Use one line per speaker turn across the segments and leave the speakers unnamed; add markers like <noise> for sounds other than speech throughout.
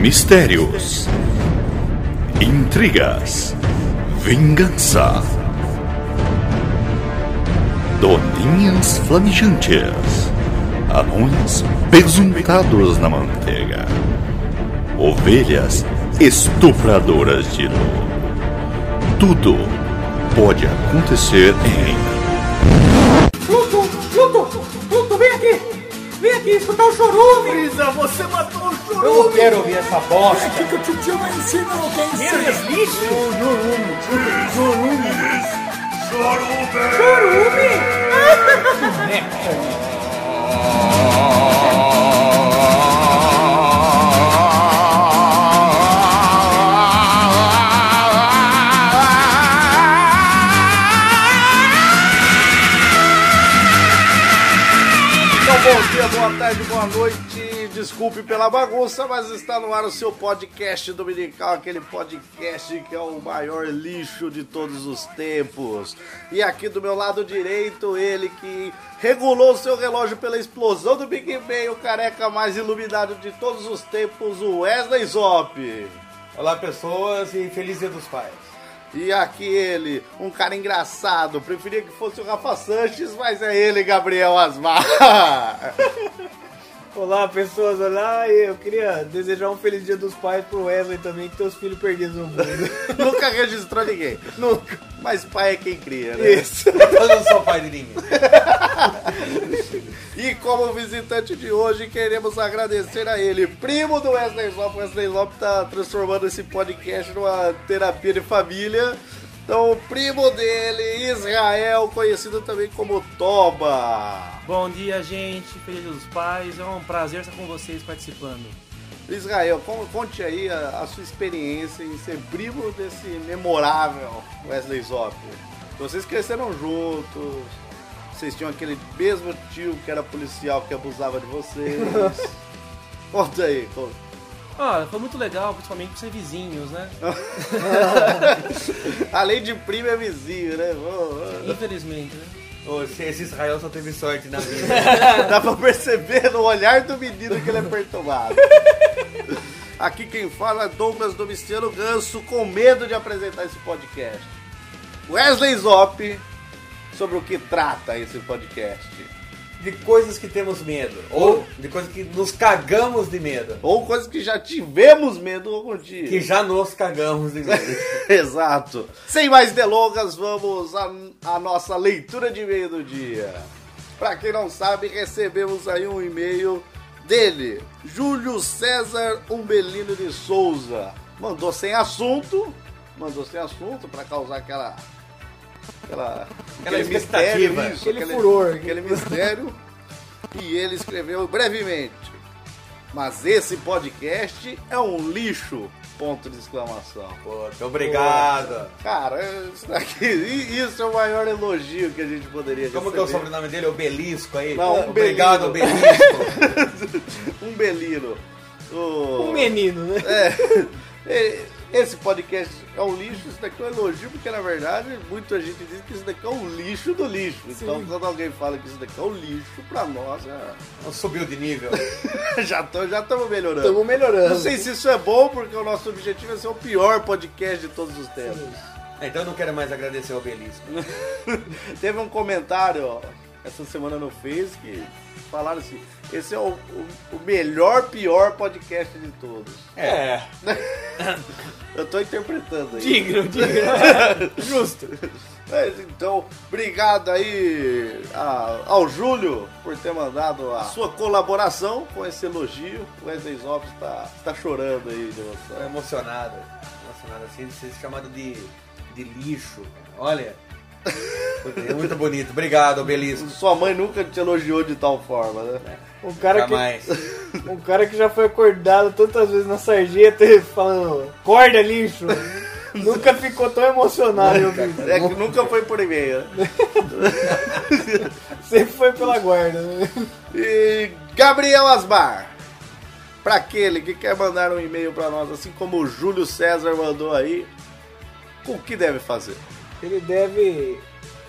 Mistérios, intrigas, vingança, doninhas flamejantes, anões pesuntados na manteiga, ovelhas estupradoras de luz. Tudo pode acontecer em
Pluto, Pluto, Pluto, vem aqui! Vem aqui escutar o chorume! É
Brisa, você matou o
Eu não
chorume!
quero ouvir essa bosta.
que o tio vai ensinar o que é
O chorume.
Chorume!
Então, bom dia, boa tarde, boa noite. Desculpe pela bagunça, mas está no ar o seu podcast dominical, aquele podcast que é o maior lixo de todos os tempos. E aqui do meu lado direito, ele que regulou o seu relógio pela explosão do Big Bang, o careca mais iluminado de todos os tempos, o Wesley Zop.
Olá, pessoas, e feliz dia dos pais.
E aqui ele, um cara engraçado. Preferia que fosse o Rafa Sanches, mas é ele, Gabriel Asmar. <laughs>
Olá pessoas, olá, E eu queria desejar um feliz dia dos pais pro Wesley também, que tem os filhos perdidos no mundo.
Nunca registrou ninguém. Nunca. Mas pai é quem cria, né?
Isso.
Eu não sou pai de ninguém.
E como visitante de hoje, queremos agradecer a ele, primo do Wesley Zop. O Wesley Zop tá transformando esse podcast numa terapia de família. Então, o primo dele, Israel, conhecido também como Toba.
Bom dia, gente. Feliz Dia dos pais. É um prazer estar com vocês participando.
Israel, con- conte aí a, a sua experiência em ser primo desse memorável Wesley Zop. Vocês cresceram juntos, vocês tinham aquele mesmo tio que era policial que abusava de vocês. Conta aí, con-
Ah, foi muito legal, principalmente por ser vizinhos, né?
além de primo é vizinho, né? Ô,
Infelizmente, né?
Ô, Esse esse Israel só teve sorte na vida.
ô, <laughs> Dá pra perceber no olhar do menino que ele é perturbado. Aqui quem fala é Douglas Domiciano Ganso, com medo de apresentar esse podcast. Wesley Zop, sobre o que trata esse podcast.
De coisas que temos medo. Ou de coisas que nos cagamos de medo.
Ou coisas que já tivemos medo algum dia.
Que já nos cagamos de medo.
<laughs> Exato. Sem mais delongas, vamos à, à nossa leitura de e-mail do dia. Pra quem não sabe, recebemos aí um e-mail dele, Júlio César Umbelino de Souza. Mandou sem assunto, mandou sem assunto pra causar aquela aquela aquele
expectativa.
mistério, isso,
Aquele furor.
aquele mistério. E ele escreveu brevemente: mas esse podcast é um lixo! Ponto de exclamação.
Pô, então obrigado.
Cara, isso, daqui- i- isso é o maior elogio que a gente poderia
Como que é o
receber.
sobrenome dele? Obelisco aí?
Não,
obrigado,
Belino.
Obelisco.
Um belino. O-
<laughs> Um menino, né?
<laughs> É, esse podcast é um lixo, isso daqui é um elogio, porque na verdade muita gente diz que isso daqui é um lixo do lixo. Então quando alguém fala que isso daqui é um lixo, pra nós é- <laughs>
Subiu de nível.
já estamos já tamo melhorando.
Estamos
Não
melhorando.
sei se isso é bom, porque o nosso objetivo é ser o pior podcast de todos os tempos.
Então eu não quero mais agradecer ao Obelisco.
<laughs> Teve um comentário ó, essa semana no Face que falaram assim: esse é o, o- o melhor, pior podcast de todos.
É.
Eu tô interpretando aí.
Digno, digno.
<laughs> Justo. Mas, então, obrigado aí a- ao Júlio por ter mandado a sua colaboração com esse elogio. O Wesley Zop está, está chorando aí de
Tô
emoção.
emocionado. Emocionado assim, de ser chamado de, de lixo. Olha. É muito bonito. Obrigado, Obelisco.
Sua mãe nunca te elogiou de tal forma, né?
Um cara, que,
Jamais.
<laughs>
um cara que já foi acordado tantas vezes na sarjeta e falando, corda <laughs> lixo. Nunca ficou tão emocionado, meu amigo.
É que nunca foi por e-mail, né?
Sempre foi pela guarda, né?
E Gabriel Asbar. Para aquele que quer mandar um e-mail para nós, assim como o Júlio César mandou aí, o que deve fazer?
Ele deve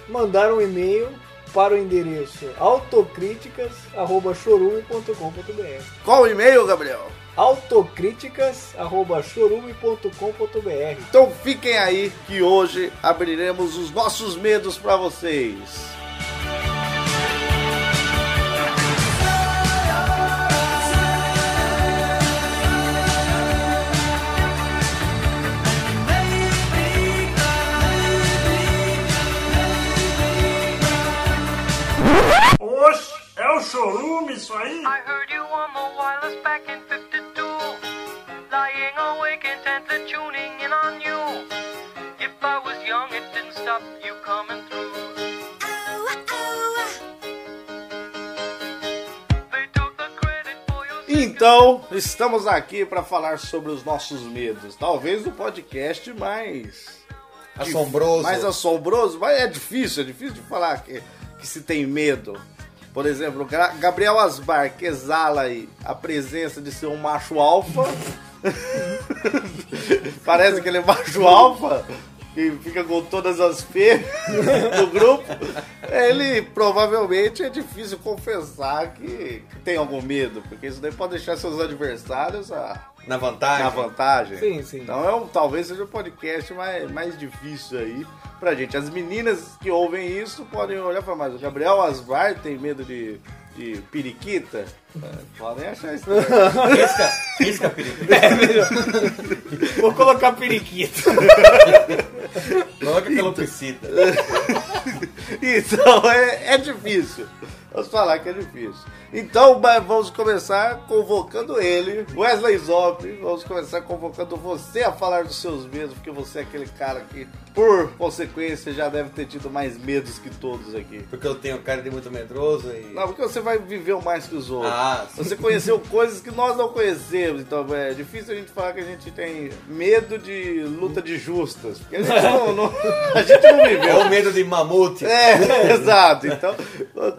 mandar um e-mail para o endereço autocríticas.chorume.com.br
Qual o e-mail, Gabriel?
autocríticas.chorume.com.br.
Então fiquem aí que hoje abriremos os nossos medos para vocês.
Oxe, é o chorume isso aí?
I heard you on the wireless back in 52. Lying awake intently tuning in on you. If I was young, it didn't stop you coming through. They took the credit for your
Então, estamos aqui para falar sobre os nossos medos. Talvez o podcast mais
Assombroso.
mais assombroso, mas é difícil, é difícil de falar que, que se tem medo. Por exemplo, o Gra- Gabriel Asbar, que exala aí a presença de ser um macho alfa. <laughs> Parece que ele é macho alfa. E fica com todas as fêmeas do grupo. Ele provavelmente é difícil confessar que, que tem algum medo, porque isso daí pode deixar seus adversários a,
Na vantagem.
na vantagem.
Sim, sim.
Então é um, talvez seja o podcast mais, mais difícil aí pra gente. As meninas que ouvem isso podem olhar pra mais. O Gabriel Asbar tem medo de, de periquita? É, Podem achar isso.
<laughs>
<laughs>
Risca, risca, periquito.
Vou colocar periquito.
Coloca calopsita.
Então é, é difícil. Vamos falar que é difícil. Então mas vamos começar convocando ele, Wesley Zop. Vamos começar convocando você a falar dos seus medos, porque você é aquele cara que, por consequência, já deve ter tido mais medos que todos aqui.
Porque eu tenho cara de muito medroso e.
Não, porque você vai viver mais que os outros.
Ah, sim.
você conheceu coisas que nós não conhecemos, então é difícil a gente falar que a gente tem medo de luta de justas. Porque a gente não, <laughs> não- a gente não
É
viveu.
o medo de mamute.
É, <laughs> exato. Então,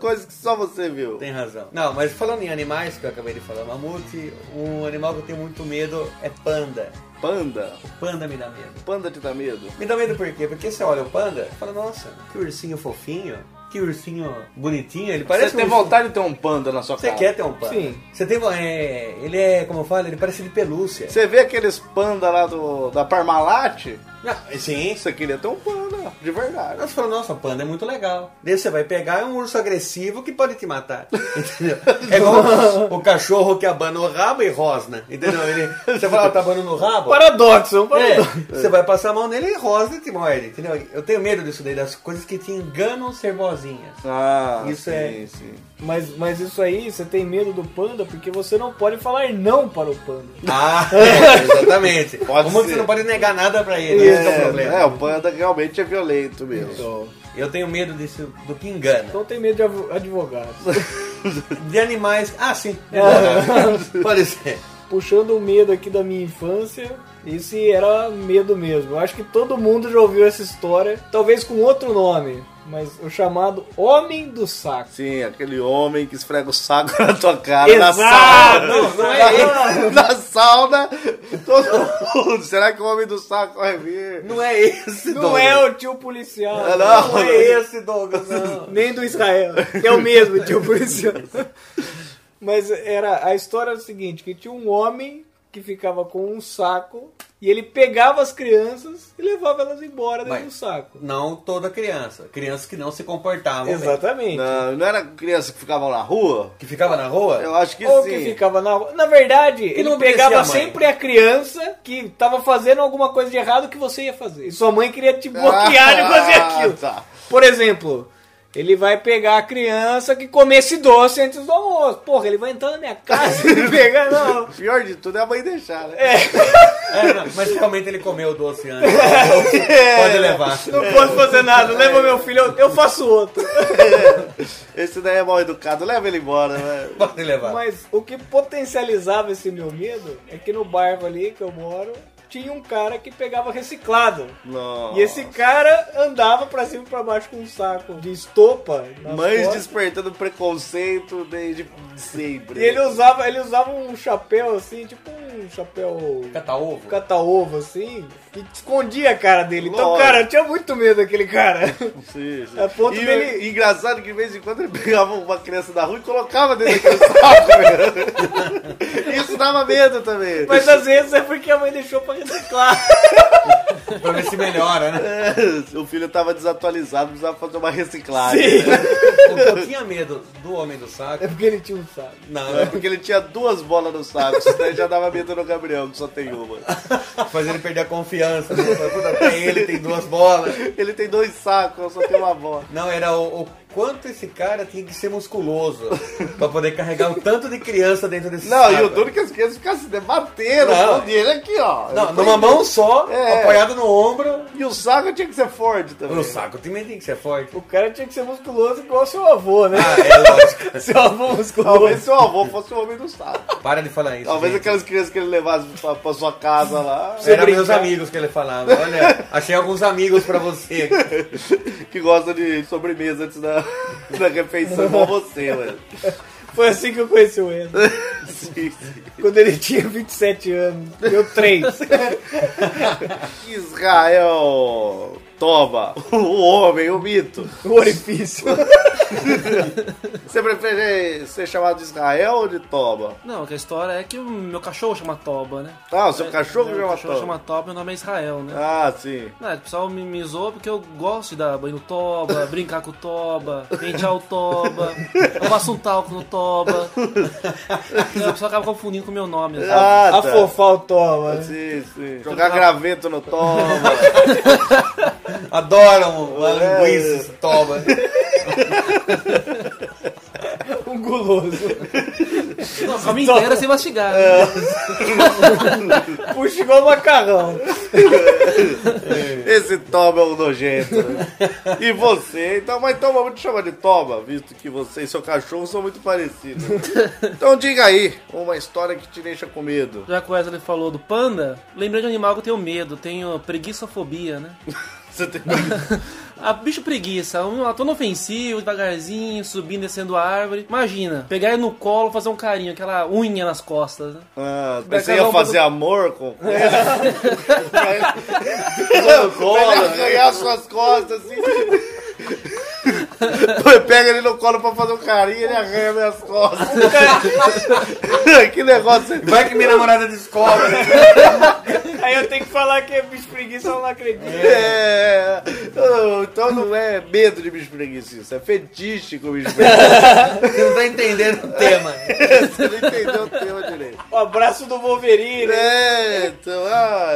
coisas que só você viu.
Tem razão. Não, mas falando em animais, que eu acabei de falar, mamute, um animal que eu tenho muito medo é panda.
Panda.
Panda me dá medo.
Panda te dá medo?
Me dá medo por quê? Porque você olha o panda e fala, nossa, que ursinho fofinho, que ursinho bonitinho, ele parece
você tem
um ursinho-
vontade de ter um panda na sua
Você
casa?
quer ter um panda?
Sim.
Você tem. vo- É, ele é, como eu falo, ele parece de pelúcia.
Você vê aqueles panda lá do, da Parmalat?
Não, sim.
Você queria ter um panda, de verdade.
Aí Você fala, nossa, panda é muito legal. Daí você vai pegar é um urso agressivo que pode te matar. <laughs> Entendeu? É igual o cachorro que abana o rabo e rosna. Entendeu? Ele, você fala, tá abanando o rabo.
Paradoxo, é um
É,
paradoxo.
você vai passar a mão nele e rosna e te morde, entendeu? Eu tenho medo disso daí, das coisas que te enganam ser boazinhas.
Ah,
Isso
sim,
é-
sim.
Mas, mas isso aí, você tem medo do panda porque você não pode falar não para o panda.
Ah, <laughs> é, exatamente.
Pode
Como
ser.
que você não <laughs> pode negar nada pra ele, esse é o problema. Então.
é, o panda realmente é violento mesmo.
Eu tenho medo disso, do que engana.
Então tem medo de avo- advogados.
De animais. Ah, <laughs> sim. Pode ser.
Puxando o medo aqui da minha infância, esse era medo mesmo. Eu acho que todo mundo já ouviu essa história, talvez com outro nome, mas o chamado Homem do Saco.
Sim, aquele homem que esfrega o saco <laughs> na tua cara,
Exato!
na
Não, não é ele.
sauna. Na sauna, todo mundo. Será que o homem do saco vai vir?
Não é esse,
Não
Douglas.
é o tio policial.
Ah, não.
Não é esse, Douglas, não.
Nem do Israel. que É o mesmo, tio policial. Mas era a história era o seguinte, que tinha um homem que ficava com um saco e ele pegava as crianças e levava elas embora dentro
Mas-
do saco.
Não toda criança. Crianças que não se comportavam. bem.
Exatamente.
Não, não era criança que ficavam na rua?
Que ficava na rua?
Eu acho que
Ou
sim.
que ficava na rua. Na verdade, ele
não obedecia
pegava
a mãe.
sempre a criança que tava fazendo alguma coisa de errado que você ia fazer. E sua mãe queria
Ah,
te bloquear de fazer
Ah,
aquilo.
tá.
Por exemplo, ele vai pegar a criança que comesse doce antes do almoço. Porra, ele vai entrar na minha casa e pegar, não.
Pior de tudo é a mãe deixar, né?
É, não, mas realmente ele comeu o doce
<laughs>
antes.
É.
Pode levar.
Não posso fazer nada, leva meu filho, eu- eu faço outro.
Esse daí é mal educado, leva ele embora, né?
Pode levar.
Mas o que potencializava esse meu medo é que no bairro ali que eu moro, tinha um cara que pegava reciclado.
Nossa.
E esse cara andava pra cima e pra baixo com um saco de estopa. nas
Mães
costas.
despertando preconceito desde sempre.
E ele usava, ele usava um chapéu assim, tipo um um chapéu
Cata-ovo.
cata-ovo, assim, e escondia a cara dele. Então,
Lógico.
cara, eu tinha muito medo daquele
<laughs>
cara.
Sim, sim.
A ponto
e
dele-
e engraçado que de vez em quando ele pegava uma criança da rua e colocava dentro daquele <laughs> né? saco. velho. Isso dava medo também.
Mas às vezes é porque a mãe deixou pra reciclar.
Pra ver se melhora,
<laughs>
né?
é, O filho tava desatualizado, precisava fazer uma reciclagem.
O que eu tinha medo do Homem do Saco.
É porque ele tinha um saco.
Não,
É
é
porque ele tinha duas bolas no saco, isso daí já dava medo no Gabriel, que só tem uma.
fazer ele perder a confiança. Né? Puta, tem ele, tem duas bolas.
Ele tem dois sacos, eu só tenho uma bola.
Não, era o, o quanto esse cara tinha que ser musculoso pra poder carregar o tanto de criança dentro desse
Não,
saco.
e o duro é que as crianças ficaram se debatendo,
Não.
falando, e ele aqui, ó.
Não,
Ele
numa
foi-
mão só,
É.
apoiado no ombro.
E o saco tinha que ser Ford também.
No saco também tem que ser forte.
O cara tinha que ser musculoso igual seu avô,
<laughs>
né?
Ah, é lógico.
Seu avô musculoso.
Talvez seu avô fosse o homem do saco.
Para de falar isso.
Talvez
gente.
aquelas crianças que ele levasse pra, pra sua casa lá,
Era
brincar.
meus amigos que ele falava. Olha, achei alguns amigos pra você.
que gosta de sobremesa antes da, <laughs> da refeição, igual você, mano.
Foi assim que eu conheci o Enzo.
Sim, sim.
Quando ele tinha 27 anos. Deu 3.
Israel toma o homem, o mito.
O Um
<laughs>
orifício.
Você prefere ser chamado de Israel ou de Toba?
Não, que a história é que o meu cachorro chama Toba, né?
Ah, o seu cachorro
meu
chama
cachorro
Toba.
chama Toba, meu nome é Israel, né?
Ah, sim.
Não, o pessoal me, me zoa porque eu gosto de dar banho no toba,
<laughs>
brincar com o toba, pentear o toba, eu passo um talco no toba. Não, o pessoal acaba confundindo com o meu nome. assim.
Ah, tá.
Afofar o Toma. né?
Sim, sim. Jogar graveto no Toba.
Adoram uma
É.
linguiça, esse toba.
Um guloso.
Não, Tipo, a
então-
família inteira é sem mastigar.
É.
né?
Um Puxa igual macarrão.
Esse Toba é um nojento. né? E você? Então, mas então vamos te chamar de Toba, visto que você e seu cachorro são muito parecidos. Então diga aí, uma história que te deixa com medo.
Já que o Wesley falou do panda, lembrei de um animal que eu tenho medo, tenho preguiçofobia, né?
Você tem...
A bicho preguiça, um ator ofensivo, devagarzinho, subindo, descendo a árvore. Imagina, pegar ele no colo, fazer um carinho, aquela unha nas costas, né?
Ah,
Vai
mas você
casar
ia
um
fazer
pouco-
amor com Pega ele arranhar suas costas assim. Pô, Pega ele no colo pra fazer um carinho, ele arranha minhas
<laughs>
costas. que negócio é
Vai que minha namorada descobre.
Aí eu tenho que falar que é bicho preguiça, eu não acredito.
É. Oh, Então não é medo de bicho preguiça, isso é fetiche com bicho preguiça.
Você não tá entendendo o tema.
<laughs> Você não entendeu o tema direito.
O Um abraço do Wolverine. né?
É, então, ah,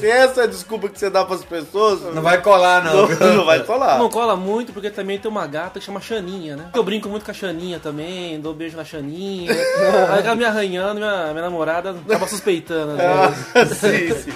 se essa é a desculpa que você dá pras pessoas,
Não vai colar, não.
não, não vai colar.
Ah. Não cola muito porque também tem uma gata que chama Xaninha, né? Eu brinco muito com a Xaninha também, dou beijo na Xaninha.
<laughs>
aí acaba me arranhando, minha, minha namorada acaba suspeitando. né?
Ah, sim, sim.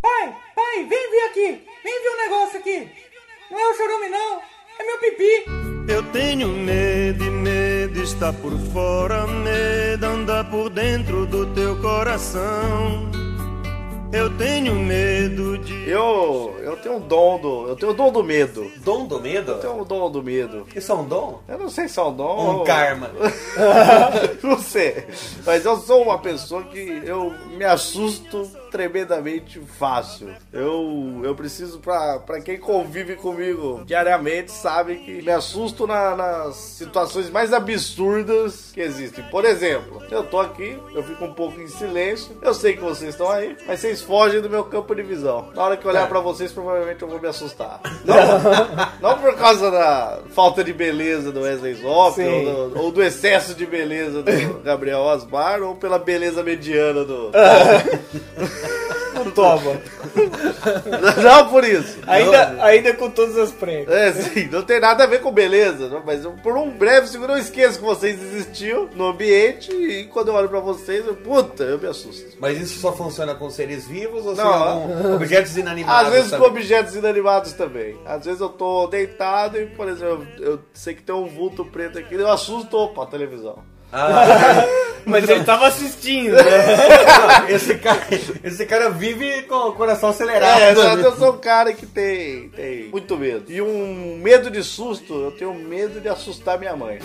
Pai, pai, vem ver aqui. Vem ver um negócio aqui. Não é o chorume, não. É meu pipi.
Eu tenho medo e medo está por fora, medo anda por dentro do teu coração. Eu tenho medo de.
Eu, eu tenho um dom do. Eu tenho o dom do medo.
Dom do medo?
Eu tenho um dom do medo.
Isso é um dom?
Eu não sei se é um dom.
Ou
ou-
um karma?
<laughs> não sei. Mas eu sou uma pessoa que eu me assusto tremendamente fácil. Eu, eu preciso, pra, pra quem convive comigo diariamente, sabe que me assusto na- nas situações mais absurdas que existem. Por exemplo, eu tô aqui, eu fico um pouco em silêncio. Eu sei que vocês estão aí, mas vocês fogem do meu campo de visão. Na hora que eu olhar pra vocês, provavelmente eu vou me assustar. <laughs> Não, não por causa da falta de beleza do Wesley Zop
Sim.
ou do, ou do excesso de beleza
<laughs> Ah.
do Gabriel Osmar, ou pela beleza mediana do, do
toba.
<laughs> Não por isso.
Ainda, ainda com todas as pregas.
É, sim, não tem nada a ver com beleza, não, mas eu, por um breve segundo eu esqueço que vocês existiam no ambiente e quando eu olho pra vocês, eu, puta, eu me assusto.
Mas isso só funciona com seres vivos ou
Não,
seja, com objetos inanimados?
Às vezes
sabe?
com objetos inanimados também. Às vezes eu tô deitado e, por exemplo, eu, eu sei que tem um vulto preto aqui, eu assusto, opa, televisão.
Ah,
<laughs>
Mas ele tava assistindo, né?
esse, cara, esse cara vive com o coração acelerado.
É, exato, eu sou um cara que tem, tem muito medo. E um medo de susto, eu tenho medo de assustar minha mãe.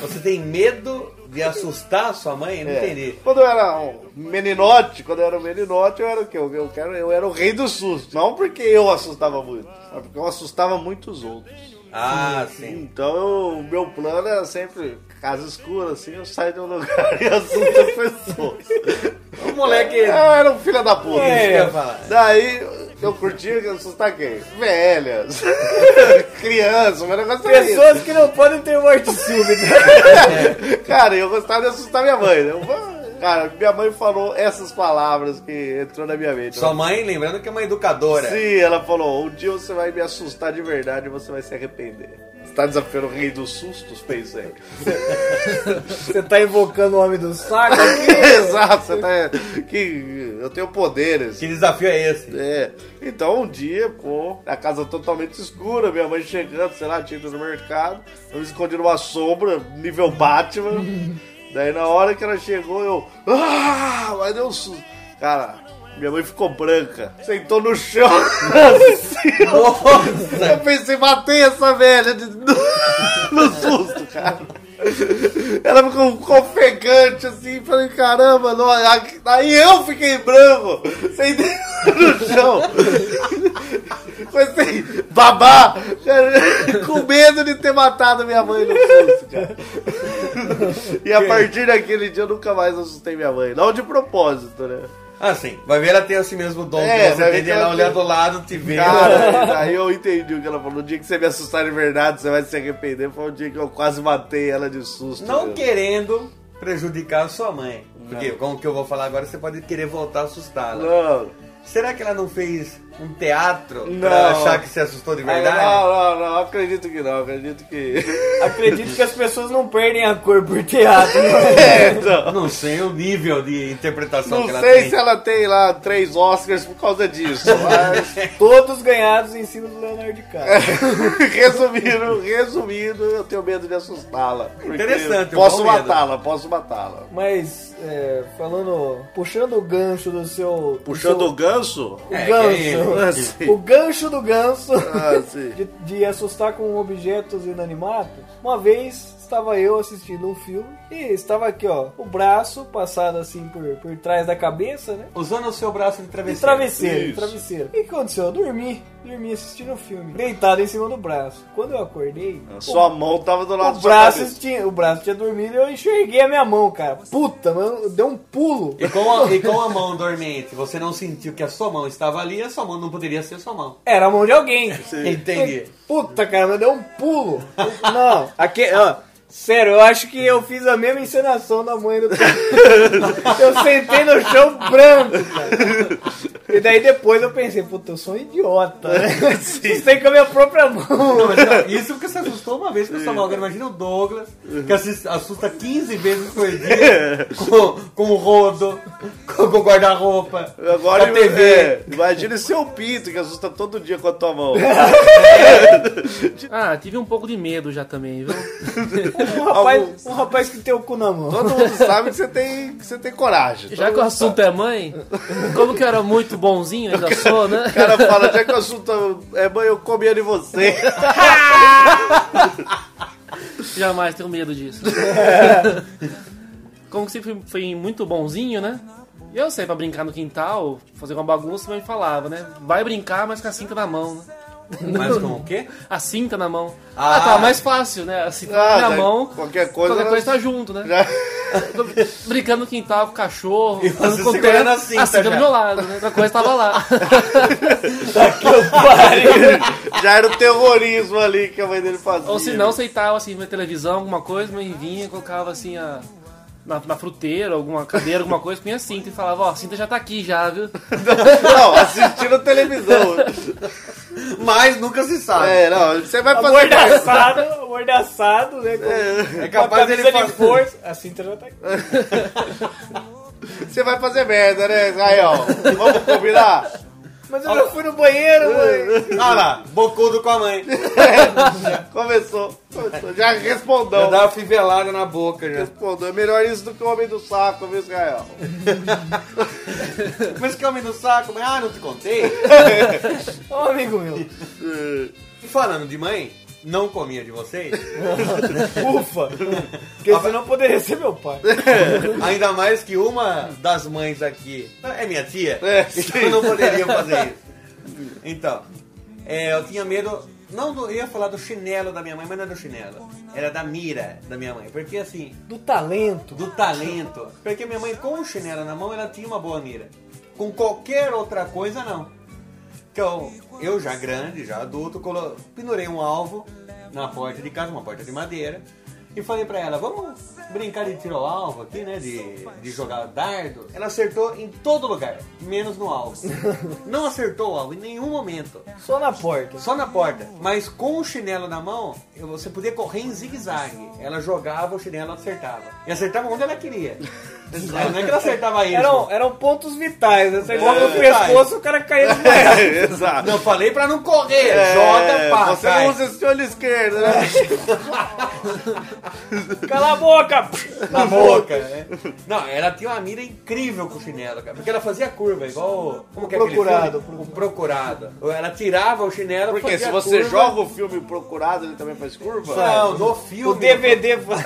Você tem medo de assustar sua mãe? Não
É.
entendi.
Quando eu era um meninote, quando eu era um meninote, eu era o quê? Eu, eu, era- eu era o rei do susto. Não porque eu assustava muito, mas porque eu assustava muitos outros.
Ah, sim.
Então eu- o meu plano era sempre casa escura, assim, eu saio de um <laughs> lugar e assusto as pessoas.
O moleque. É.
Eu era um filho da puta.
isso que eu ia falar.
Daí eu curtia que eu assustar quem? Velhas, <laughs> crianças, meu negócio era isso.
Pessoas que não podem ter morte né? súbita.
Cara, eu gostava de assustar minha mãe, né? Eu, Cara, minha mãe falou essas palavras que entrou na minha mente.
Sua mãe, lembrando que é uma educadora.
Sim, ela falou: um dia você vai me assustar de verdade e você vai se arrepender. Você tá desafiando o rei dos sustos, pensei. <laughs>
Você tá invocando o homem do saco aqui?
Exato, você tá. Que eu tenho poderes.
Que desafio é esse?
É. Então um dia, pô, a casa totalmente escura, minha mãe chegando, sei lá, tinha ido no mercado, eu me escondi numa sombra, nível Batman. Daí na hora que ela chegou, eu. Ah! Mas deu um susto. Cara, minha mãe ficou branca. Sentou no chão. assim, Eu pensei, matei essa velha de- <laughs> no, no susto, cara. Ela ficou confegante assim, falei, caramba, não, a- aí eu fiquei branco, sem dedo no chão. Foi assim, babá, <laughs> cara, com medo de ter matado minha mãe no susto, cara. E a partir daquele dia eu nunca mais assustei minha mãe. Não de propósito, né?
Ah, sim. Vai ver ela tem esse mesmo dom
É,
que
vai
você
ver
tem
que
de ela
ela
olhar
tem.
do lado, te ver.
Cara, aí eu entendi o que ela falou. No dia que você me assustar de verdade, você vai se arrepender. Foi o dia que eu quase matei ela de
<laughs>
susto. né?
não
mesmo.
querendo prejudicar sua mãe. Porque, como que eu vou falar agora, você pode querer voltar a assustá-la.
Não.
Será que ela não fez um teatro pra
Não.
achar que se assustou de É verdade?
É, Não, não, não, acredito que não, acredito que.
Acredito que as pessoas não perdem a cor por teatro. né?
É, não.
Não sei o nível de interpretação
Não
então. que ela
sei
tem.
se ela tem lá três Oscars por causa disso, mas.
<laughs> Todos ganhados em cima do Leonardo DiCaprio.
resumindo, resumindo, eu tenho medo de assustá-la. porque
Interessante, um
Posso
bom medo.
matá-la, posso matá-la.
Mas, é, falando, puxando o gancho do seu. do
Puxando
seu-
o ganso?
o
É,
gancho.
Ah, sim.
O gancho do ganso
Ah, sim.
de, de assustar com objetos inanimados. Uma vez estava eu assistindo um filme e estava aqui, ó, o braço passado assim por, por trás da cabeça, né?
Usando o seu braço de
De
travesseiro.
travesseiro,
Isso.
travesseiro. O que aconteceu? Eu dormi, dormi assistindo o filme, deitado em cima do braço. Quando eu acordei,
Sua mão tava do
o
lado do sua cabeça.
braço, tinha, o braço tinha dormido e eu enxerguei a minha mão, cara. Puta, mano, deu um pulo.
E com, a, e com a mão dormente, você não sentiu que a sua mão estava ali, a sua mão não poderia ser sua mão.
Era a mão de alguém.
Entendi.
Puta, cara, mas deu um
<laughs>
pulo. Não, aqui, ó. Sério, eu acho que eu fiz a mesma encenação da mãe do
<laughs>
Eu sentei no chão branco, cara. E daí depois eu pensei, puta, eu sou um idiota.
<laughs>
né? Assustei com a minha própria mão.
Não, mas não, Isso porque você assustou uma vez com a sua mão. Agora imagina o Douglas, que assist- assusta 15 vezes por dia com, com o rodo, com, com o guarda-roupa,
Agora
com a TV.
é, imagina esse seu pinto que assusta todo dia com a tua mão.
Ah, tive um pouco de medo já também, viu?
Um rapaz, um rapaz que tem o cu na mão.
Todo mundo sabe que você tem, que você tem coragem.
Já que o assunto é mãe, como que eu era muito bonzinho, ainda sou, né?
O cara fala, já que o assunto é mãe, eu comia de você.
<laughs>
<laughs>
Jamais tenho medo disso.
É.
Como que sempre fui, fui muito bonzinho, né? Eu saía pra brincar no quintal, fazer uma bagunça, mas me falava, né? Vai brincar, mas com a cinta na mão, né?
Mas com o quê?
A cinta na mão.
Ah.
Ah, tá, mais fácil, né? A cinta
Ah,
na
daí
mão.
qualquer coisa
Qualquer coisa
ela-
tá junto, né?
Já-
Brincando no quintal com o cachorro.
E você
dando com o
segurando
teto,
a cinta
A cinta
já.
do meu lado, né? A coisa tava lá.
Já era o terrorismo ali que a mãe dele fazia.
Ou se não, aceitava assim, na televisão, alguma coisa, mas vinha e colocava assim a. na, na fruteira, alguma cadeira, alguma coisa, punha a cinta e falava, ó, a cinta já tá aqui já, viu?
<laughs> Não, assistindo televisão.
Mas nunca se sabe.
É, não, você vai fazer.
Amordaçado, amordaçado, né? Com
É,
uma
capaz dele É.
camisa de
falar.
força. A cinta já tá aqui.
Você vai fazer merda, né, Israel? Vamos combinar?
Mas eu já fui no banheiro, mãe.
Ah lá, bocudo com a mãe.
Começou, começou. Já
Já
respondeu.
dá uma fivelada na boca já.
Respondeu. É melhor isso do que o homem do saco, viu, Israel?
Mas que homem do saco, mãe. Ah, não te contei.
Ô, amigo
<laughs>
meu.
E falando de mãe, não comia de vocês?
Ufa. Porque senão poderia ser meu pai.
<laughs> Ainda mais que uma das mães aqui é minha tia.
É,
<laughs> então
sim.
eu não poderia
<laughs>
fazer isso. Então, é, eu tinha medo. Não, do- eu ia falar do chinelo da minha mãe, mas não é do chinelo. Era da mira da minha mãe. Porque assim,
Do talento.
do talento. Porque minha mãe, com o chinelo na mão, ela tinha uma boa mira. Com qualquer outra coisa, não. Então, eu já grande, já adulto, colo... pendurei um alvo na porta de casa, uma porta de madeira, e falei pra ela, vamos brincar de tiro ao alvo aqui, né? De, de jogar dardo. Ela acertou em todo lugar, menos no alvo. Não acertou o alvo em nenhum momento.
Só na porta.
Só na porta. Mas com o chinelo na mão, eu- você podia correr em zigue-zague. Ela jogava, o chinelo acertava. E acertava onde ela
<laughs>
queria. Não é que ela acertava isso.
Eram, eram pontos vitais. Você jogava no
vitais.
pescoço o cara caía de
<laughs>
baixo.
<laughs> É, exato.
Não, falei pra não correr.
É,
Joga, pá,
Você
cai.
não usa esse olho esquerdo, né?
Cala a boca!
na boca. né? Não, ela tinha uma mira incrível com o chinelo, cara. Porque ela fazia curva, igual. o- Como que é aquele
Procurado,
filme? O procurado. Ela tirava o chinelo
Porque
fazia
se você
curva.
joga o filme procurado, ele também faz curva?
Não, no filme.
O DVD vai.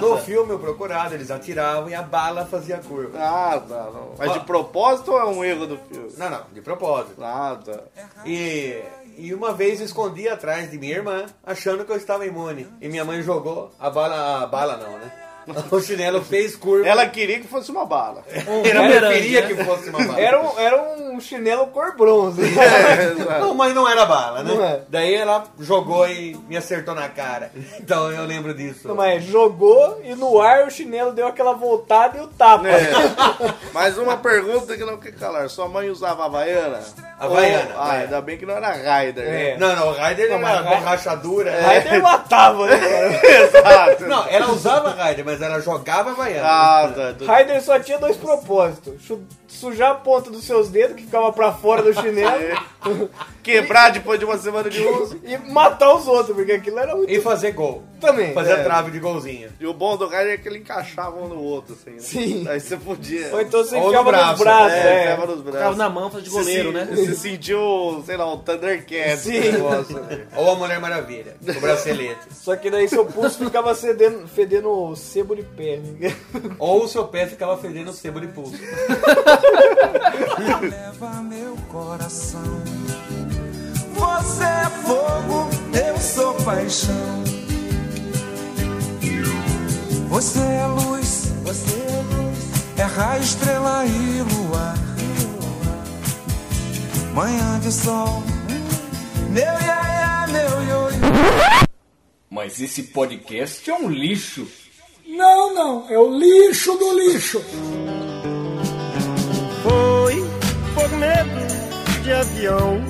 No filme o procurado, eles atiravam e a bala fazia curva.
Ah, tá. Não. Mas de propósito ou é um erro do filme?
Não, não, de propósito.
Ah, tá.
E, e uma vez eu escondi atrás de minha irmã, achando que eu estava imune. E minha mãe jogou a bala. A bala não, né? <laughs> O chinelo fez curva.
Ela queria que fosse uma bala.
É.
ela
bumerangue,
preferia
né?
que fosse uma bala.
Era um, era um chinelo cor bronze.
É.
Exato.
<laughs> Não, mas não era bala, né?
Não é.
Daí ela jogou e me acertou na cara. Então eu lembro disso.
Mas jogou e no ar o chinelo deu aquela voltada e o tapa.
É. <laughs> Mais uma pergunta que não quer calar. Sua mãe usava Havaiana?
Havaiana,
Ou- Ah,
Havaiana.
ainda bem que não era Raider, né?
É.
Não, não, o Raider
Não, mas é.
era
Raider-
borrachadura.
Aí até matava, né? cara?
<laughs> Exato.
Não, ela usava Raider, mas ela jogava Havaiana.
Ah, tá.
<laughs> <laughs>
Tudo-
Raider só tinha dois propósitos: chu- sujar a ponta dos seus dedos, que ficava pra fora do chinelo,
Quebrar depois de uma semana de uso.
e matar os outros, porque aquilo era muito.
E fazer gol.
Também. né?
Fazer
É.
trave de golzinho.
E o bom do Raider é que ele encaixava um no outro, assim. Né?
Sim.
Aí você podia.
Ou então você
Ou no
enfiava
braço,
nos braços,
É,
é.
ficava nos
Ficava
braços.
na mão, fazia de goleiro,
se,
né?
Se sentiu, sei lá, um Thundercat.
Sim.
Ou a Mulher Maravilha, o bracelete.
Só que daí seu pulso ficava cedendo, fedendo o sebo de pele. <laughs>
Ou o seu pé ficava fedendo sebo de pulso.
leva meu coração. Você é fogo, eu sou paixão. Você é luz, você é luz, é raio, estrela e luar. Manhã de sol, meu iaia, meu ioiô.
Mas esse podcast é um lixo.
Não, não, é o lixo do lixo.
Foi fogueto de avião.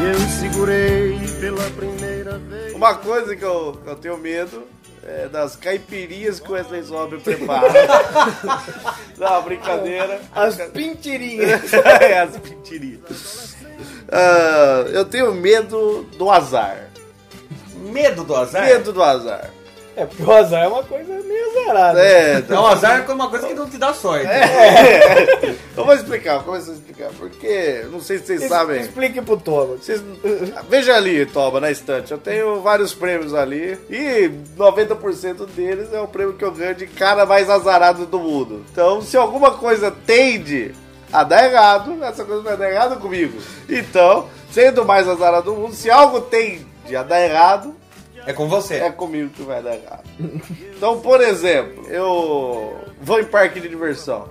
E eu segurei pela primeira vez.
Uma coisa que eu, que eu tenho medo é das caipirinhas que o Wesley Zobre prepara. <laughs> Não, brincadeira. <laughs>
As pintirinhas.
É, As mentirinhas. Ah, eu tenho medo do azar.
Medo do azar?
Medo do azar.
É, porque o azar é uma coisa meio azarada.
É,
É um azar como uma coisa que não te dá sorte.
eu vou explicar, eu começo a explicar. Porque, não sei se vocês
Es-
sabem.
Explique pro Thomas.
Vocês- <laughs> Veja ali, Toba, na estante. Eu tenho vários prêmios ali. E 90% deles é o prêmio que eu ganho de cara mais azarado do mundo. Então, se alguma coisa tende a dar errado, essa coisa vai dar errado comigo. Então, sendo o mais azarado do mundo, se algo tende a dar errado,
É com você.
é comigo que vai dar errado. Então, por exemplo, eu vou em parque de diversão.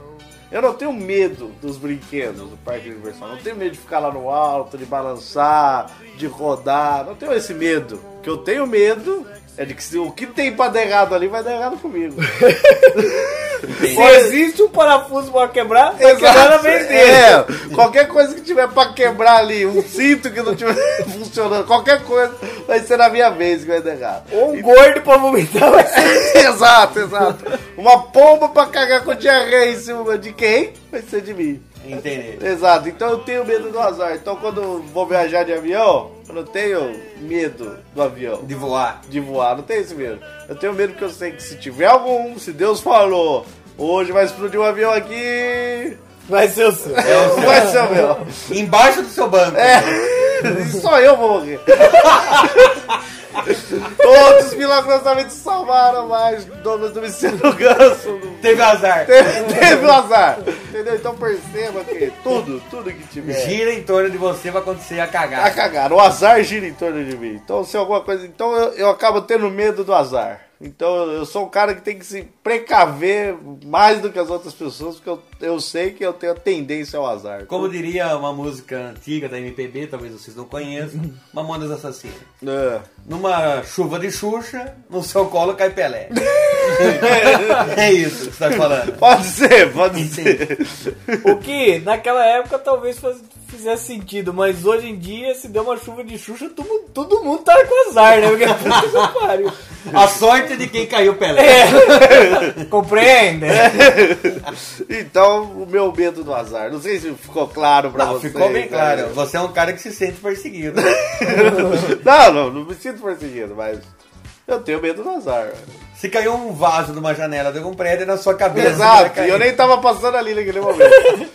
Eu não tenho medo dos brinquedos do parque de diversão. Não tenho medo de ficar lá no alto, de balançar, de rodar. Não tenho esse medo. O que eu tenho medo É de que se- o que tem pra dar errado ali vai dar errado comigo.
Se existe um parafuso pra quebrar, vai quebrar na vez dele.
É, qualquer coisa que tiver pra quebrar ali, um cinto que não tiver <laughs> funcionando, qualquer coisa, vai ser na minha vez que vai dar errado.
Ou um gordo pra vomitar, vai ser.
<laughs> exato, exato. Uma pomba pra cagar com diarreia em cima de quem? Vai ser de mim.
Entendeu?
Exato, então eu tenho medo do azar. Então quando eu vou viajar de avião, eu não tenho medo do avião,
De voar.
de voar, não tenho esse medo. Eu tenho medo que eu sei que se tiver algum, se Deus falou, hoje vai explodir um avião aqui,
Vai ser o seu.
vai ser o meu.
Embaixo do seu banco.
É, <laughs> só eu vou morrer. <laughs> Todos milagrosamente salvaram, mas donos do Vicino Ganso
Teve azar.
teve, teve o azar. Entendeu? Então perceba que tudo, tudo que tiver.
Gira em torno de você, vai acontecer a
A
cagada.
cagar, o azar gira em torno de mim. Então, se alguma coisa. Então, eu, eu acabo tendo medo do azar. Então, eu sou um cara que tem que se precaver mais do que as outras pessoas, porque eu, eu sei que eu tenho a tendência ao azar.
Como diria uma música antiga da MPB, talvez vocês não conheçam, Mamonas Assassinas.
É.
Numa chuva de Xuxa, no seu colo cai <laughs> Pelé. é isso que você tá falando.
Pode ser, pode ser.
O que naquela época talvez faz- fizesse sentido, mas hoje em dia, se der uma chuva de Xuxa, todo, mundo- todo mundo tá com azar, né? Porque <laughs> puta que pariu.
A sorte é de quem caiu Pelé.
É. <laughs> Compreende?
Então, o meu medo do azar. Não sei se ficou claro pra
Não,
vocês.
Ah, ficou bem
né?
claro. Você é um cara que se sente perseguido.
<laughs>
<laughs>
Não, não, não me sinto perseguido, mas eu tenho medo do azar.
Se caiu um vaso de uma janela de algum prédio, é na sua cabeça.
Exato,
vai
e eu
cair.
nem tava passando ali
<laughs>
naquele momento.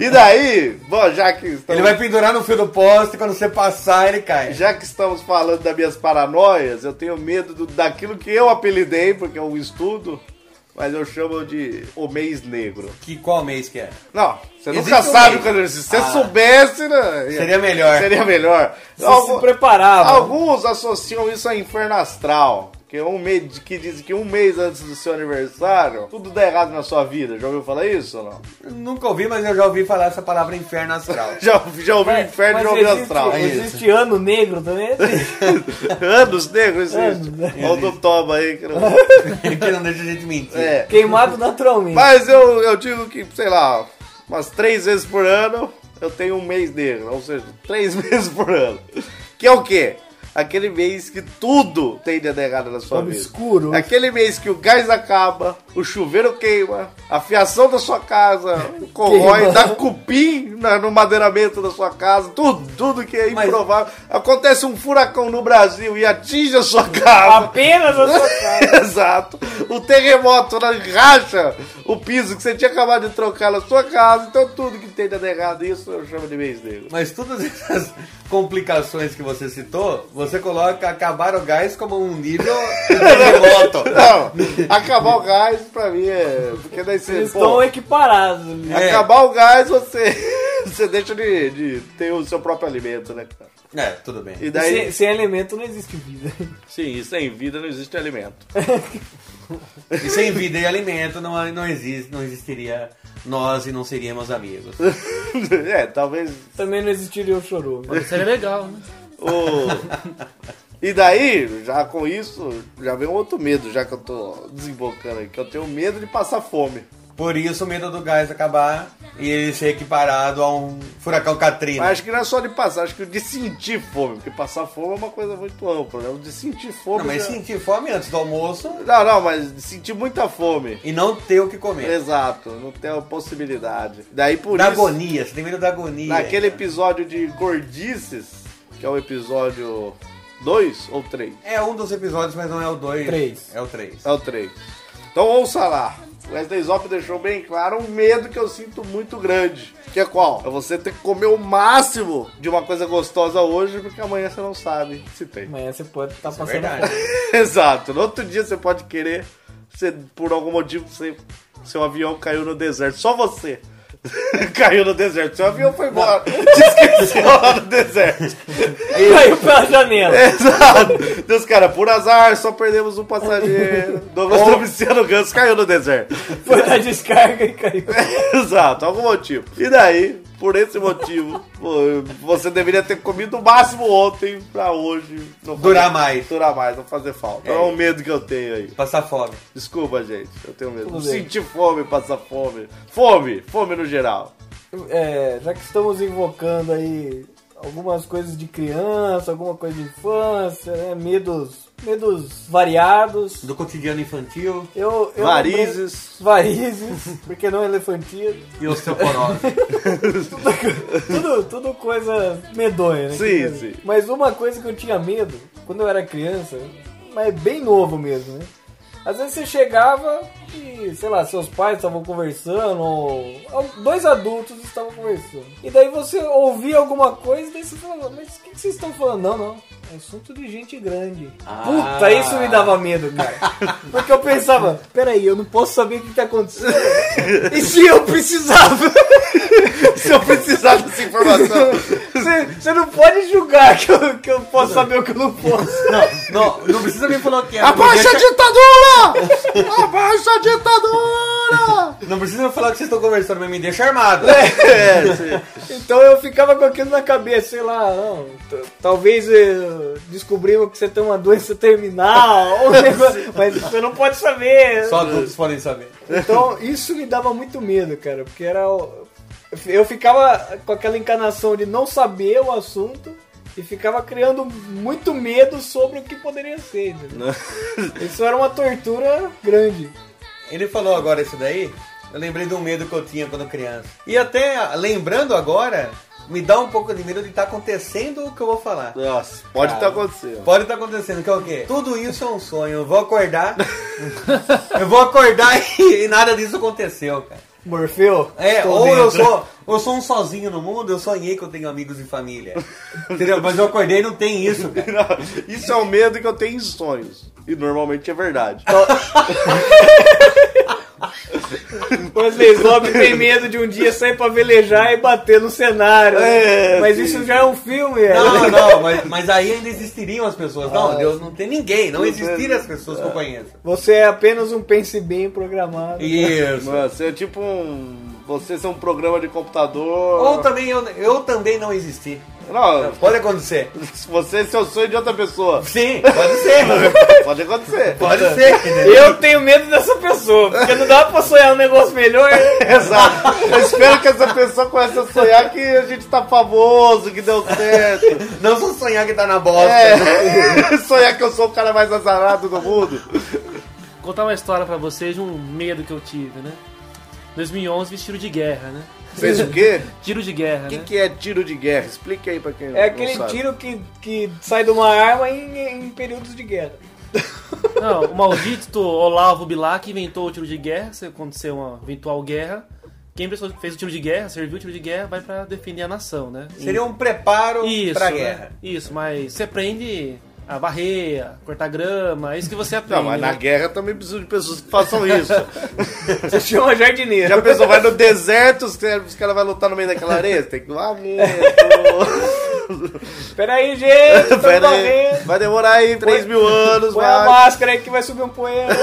e daí, bom, já que
Ele
estamos,
vai pendurar no fio do poste, quando você passar, ele cai.
já que estamos falando das minhas paranoias, eu tenho medo do- daquilo que eu apelidei, porque é um estudo, mas eu chamo de o mês negro.
Que qual mês que é?
Não, você
Existe
nunca
um
sabe
mês.
quando. Se você
Ah.
soubesse, né,
Seria melhor.
Seria melhor.
Você se
Algum-
preparava.
Alguns associam isso a inferno astral. Que, é um mês, que diz que um mês antes do seu aniversário, tudo dá errado na sua vida. Já ouviu falar isso ou não?
Nunca ouvi, mas eu já ouvi falar essa palavra inferno astral.
<laughs> Já, já ouvi inferno e já
Mas
ouvi
existe-
astral.
Existe ano negro <laughs> também?
Anos negros existe.
Anos, né?
Olha o do Toma aí.
<laughs>
Que não...
que não deixa a gente mentir.
é.
Queimado naturalmente.
Mas eu, eu digo que, sei lá, umas três vezes por ano eu tenho um mês negro, ou seja, três <laughs> meses por ano. Que é o quê? Aquele mês que tudo tem de errado na sua vida.
Obscuro.
Aquele mês que o gás acaba, o chuveiro queima, a fiação da sua casa, o corrói,
Queima.
dá cupim na- no madeiramento da sua casa, tudo, tudo que é
Mas-
improvável. Acontece um furacão no Brasil e atinge a sua casa.
Apenas a sua <laughs> cara.
<laughs> Exato. O terremoto na racha, o piso que você tinha acabado de trocar na sua casa, então tudo que tem de errado, isso eu chamo de mês negro.
Mas todas essas complicações que você citou, você coloca acabar o gás como um nível
<laughs>
de terremoto.
Não, acabar o gás pra mim é. Porque daí você.
Eles
pô,
estão equiparados. né?
É.
Acabar o gás, você. <laughs> Você deixa de, de ter o seu próprio alimento, né, cara?
É, tudo bem.
E daí.
Sem, sem alimento não existe vida. <laughs>
Sim, sem vida não existe alimento.
E sem vida e alimento não, não existe, não existiria nós e não seríamos amigos.
<laughs> é, talvez
Também não existiria um chorume.
Seria legal, né?
O- E daí, já com isso, já vem um outro medo, já que eu tô desembocando aqui, que eu tenho medo de passar fome.
Por isso o medo do gás acabar e ele ser equiparado a um furacão Katrina.
Mas acho que não é só de passar, acho que de sentir fome, porque passar fome é uma coisa muito ampla, né? O De sentir fome.
Não, mas
já-
sentir fome antes do almoço
não, não, mas de sentir muita fome.
e não ter o que comer.
Exato, não tem a possibilidade. Daí por
Da
isso.
agonia, você tem medo da agonia.
Naquele episódio de Gordices, que é o episódio 2 ou 3?
É um dos episódios, mas não é o 2.
Três.
É o 3.
É o 3. Então ouça lá. O Wesley Zop deixou bem claro um medo que eu sinto muito grande. Que é qual? É você ter que comer o máximo de uma coisa gostosa hoje, porque amanhã você não sabe se tem. <laughs>
Amanhã você pode estar
É
passando.
verdade.
Exato. No outro dia você pode querer, você, por algum motivo, você, seu avião caiu no deserto. Só você. <laughs> caiu no deserto. Seu avião foi embora. Te esqueceu lá no deserto.
Caiu pela janela.
<laughs> É. Exato. Deus, cara, por azar, só perdemos um passageiro. Douglas Domiciano Ganso caiu no deserto. <laughs>
Foi na descarga e caiu.
Exato, algum motivo. E daí, Por esse motivo, <laughs> pô, você deveria ter comido o máximo ontem pra hoje. não
Durar
fazer-
mais.
Durar mais, não fazer falta. É, o medo que eu tenho aí.
Passar fome.
Desculpa, gente. Eu tenho medo.
Tudo bem.
Sentir fome, passar fome. Fome, fome no geral.
É, já que estamos invocando aí algumas coisas de criança, alguma coisa de infância, né? Medos, medos variados.
Do cotidiano infantil
Eu, eu lembrei-
Varizes.
Varizes, <laughs> porque não é elefantismo.
e
<laughs>
osteoporose.
tudo, tudo coisa medonha, né?
Sim,
Que-
sim.
Mas uma coisa que eu tinha medo, quando eu era criança, mas é bem novo mesmo, né? Às vezes você chegava e, sei lá, seus pais estavam conversando, ou ou dois adultos estavam conversando. E daí você ouvia alguma coisa e daí você falava, mas o que, que vocês estão falando? Não, não. É assunto de gente grande.
Ah.
Puta, isso me dava medo,
<laughs>
cara. Porque eu pensava, peraí, eu não posso saber o que tá acontecendo. E se eu precisava? <laughs>
Se eu precisar dessa informação.
Você, você não pode julgar que eu, que eu posso saber o que eu não posso.
não, não, não precisa me falar o que é.
Abaixa a
Deixa-
ditadura! Abaixa a ditadura!
Não precisa me falar o que vocês estão conversando, mas me deixa armado.
<laughs> É, sim.
Então eu ficava com aquilo na cabeça, sei lá, não, t- talvez eh, descobrimos que você tem uma doença terminal, <laughs> ou um negócio, mas você não pode saber.
Só adultos podem saber.
Então isso me dava muito medo, cara, porque era. o- Eu ficava com aquela encarnação de não saber o assunto e ficava criando muito medo sobre o que poderia ser.
<laughs>
entendeu? Isso era uma tortura grande.
Ele falou agora isso daí, eu lembrei de um medo que eu tinha quando criança. E até, lembrando agora, me dá um pouco de medo de estar acontecendo o que eu vou falar.
Nossa, pode estar
Cara.
acontecendo.
Pode estar acontecendo, que é o quê? Tudo isso é um sonho. Eu vou acordar. eu vou acordar e, e nada disso aconteceu, cara.
Morfeu?
É,
tô
ou eu
dentro.
sou, eu sou um sozinho no mundo, eu sonhei que eu tenho amigos e família. Entendeu? Mas eu acordei e não tem isso,
<laughs>
cara.
Não, Isso é um medo que eu tenho em sonhos. E normalmente é verdade.
Wesley Zop tem medo de um dia sair pra velejar e bater no cenário. né?
É,
Mas
sim.
isso já é um filme, é.
Não, não, mas, mas aí ainda existiriam as pessoas. Não, Deus não tem ninguém, não existiriam as pessoas que eu conheço.
Você é apenas um pense bem programado.
Isso.
Mano, você é tipo um. Você ser um programa de computador.
Ou também eu, eu também não existi.
Não,
Pode acontecer.
você é seu sonho de outra pessoa.
Sim, pode ser.
Pode acontecer.
Pode ser. entendeu?
Eu tenho medo dessa pessoa, porque não dá pra sonhar um negócio melhor.
Exato. Eu espero que essa pessoa comece a sonhar que a gente tá famoso, que deu certo.
Não só sonhar que tá na bosta.
É, <laughs> sonhar que eu sou o cara mais azarado do mundo.
Contar uma história pra vocês de um medo que eu tive, né? 2011 fiz tiro de guerra, né?
Fez o quê?
Tiro de guerra,
O que,
né?
que é tiro de guerra? Explique aí pra quem não
É aquele
sabe.
tiro que, que sai de uma arma em, em períodos de guerra.
Não, o maldito Olavo Bilac inventou o tiro de guerra, se acontecer uma eventual guerra. Quem fez o tiro de guerra, serviu o tiro de guerra, vai pra defender a nação, né?
Seria um preparo
Isso,
pra
né?
guerra.
Isso, mas você aprende a varrer, a cortar grama, é isso que você aprende.
Não, mas na
né?
guerra também precisa de pessoas que façam isso.
Você chama jardineiro.
Já pensou, vai no deserto, os caras cara vão lutar no meio daquela areia? Você Tem que varrer.
<laughs>
pô.
Peraí,
<laughs>
gente, tô
Pera aí,
morrendo.
Vai demorar aí 3 mil anos,
Põe a
vai.
máscara aí que vai subir um poeira.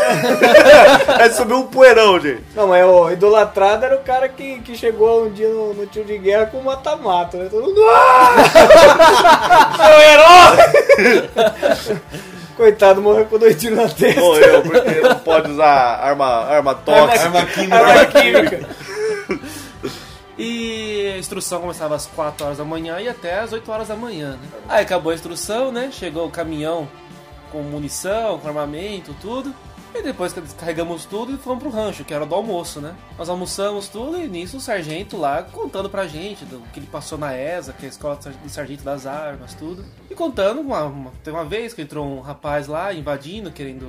<laughs> Vai subir um poeirão, gente.
Não, mas o idolatrado era o cara que, que chegou um dia no, no tiro de guerra com um mata-mata, né? Todo mundo. "Ah! <laughs> Meu herói! <laughs> Coitado, morreu com dois tiros na testa. <laughs>
Morreu, porque não pode usar arma, arma tóxica.
Arma química.
Arma química.
E a instrução começava às 4 horas da manhã e até às 8 horas da manhã, né?
Tá
Aí acabou a instrução, né? Chegou o caminhão com munição, com armamento, tudo. E depois que descarregamos tudo e fomos pro rancho, que era do almoço, né? Nós almoçamos tudo e nisso o sargento lá contando pra gente do que ele passou na ESA, que é a escola de sargento das armas, tudo. E contando, uma, uma- tem uma vez que entrou um rapaz lá invadindo, querendo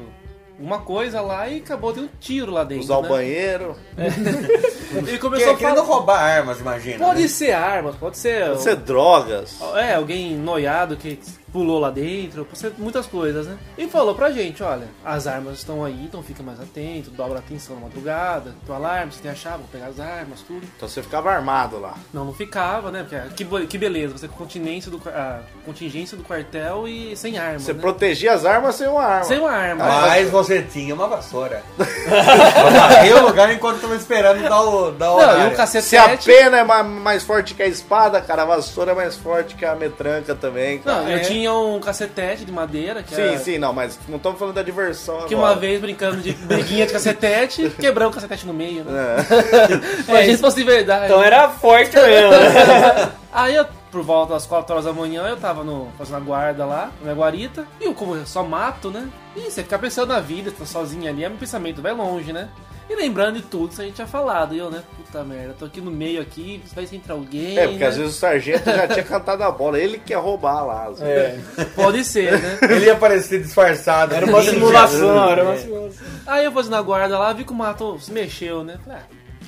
uma coisa lá e acabou de um tiro lá dentro.
Usar o
né?
banheiro.
E
Que-
começou a
querendo
falar.
roubar armas, imagina.
Pode
né?
Então- ser armas, pode ser.
Pode ser é drogas.
É, alguém noiado que pulou lá dentro, pode ser muitas coisas, né? E falou pra gente, olha, as armas estão aí, então fica mais atento, dobra atenção na madrugada, tu alarme, você tem a chave, vou pegar as armas, tudo.
Então você ficava armado lá.
Não, não ficava, né? Porque que, bo- que beleza, você com continência do, qua- a contingência do quartel e sem arma,
Você Ah,
né?
protegia as armas sem uma arma.
Sem uma arma.
Mas você tinha uma vassoura.
<laughs>
Varreu o lugar enquanto tava esperando dar o, dar o
Não, e um
horário.
cacetete...
Se a pena é ma- mais forte que a espada, cara, a vassoura é mais forte que a metranca também. cara.
Não,
É.
eu tinha um cacetete de madeira, que
Sim,
era-
sim, não, mas não estamos falando da diversão
Que
agora.
uma vez brincando de briguinha
<laughs>
de cacetete, quebramos o cacetete no meio, né? <laughs> É, a gente fosse de verdade.
Então era forte mesmo. né?
Aí eu, por volta das 4 horas da manhã, eu tava no, fazendo a guarda lá, na minha guarita, e eu como eu só mato, né? E você fica pensando na vida, tá sozinho ali, aí meu pensamento vai longe, né? E lembrando de tudo isso a gente tinha falado, e eu, né? Puta merda, tô aqui no meio aqui, vai se entrar alguém.
É, porque
né?
às vezes o sargento já tinha cantado a bola, ele quer roubar lá. às vezes.
Pode ser, né?
Ele ia parecer disfarçado.
Era uma simulação, era uma simulação.
Aí eu fazendo a guarda lá, vi que o mato se mexeu, né? Falei,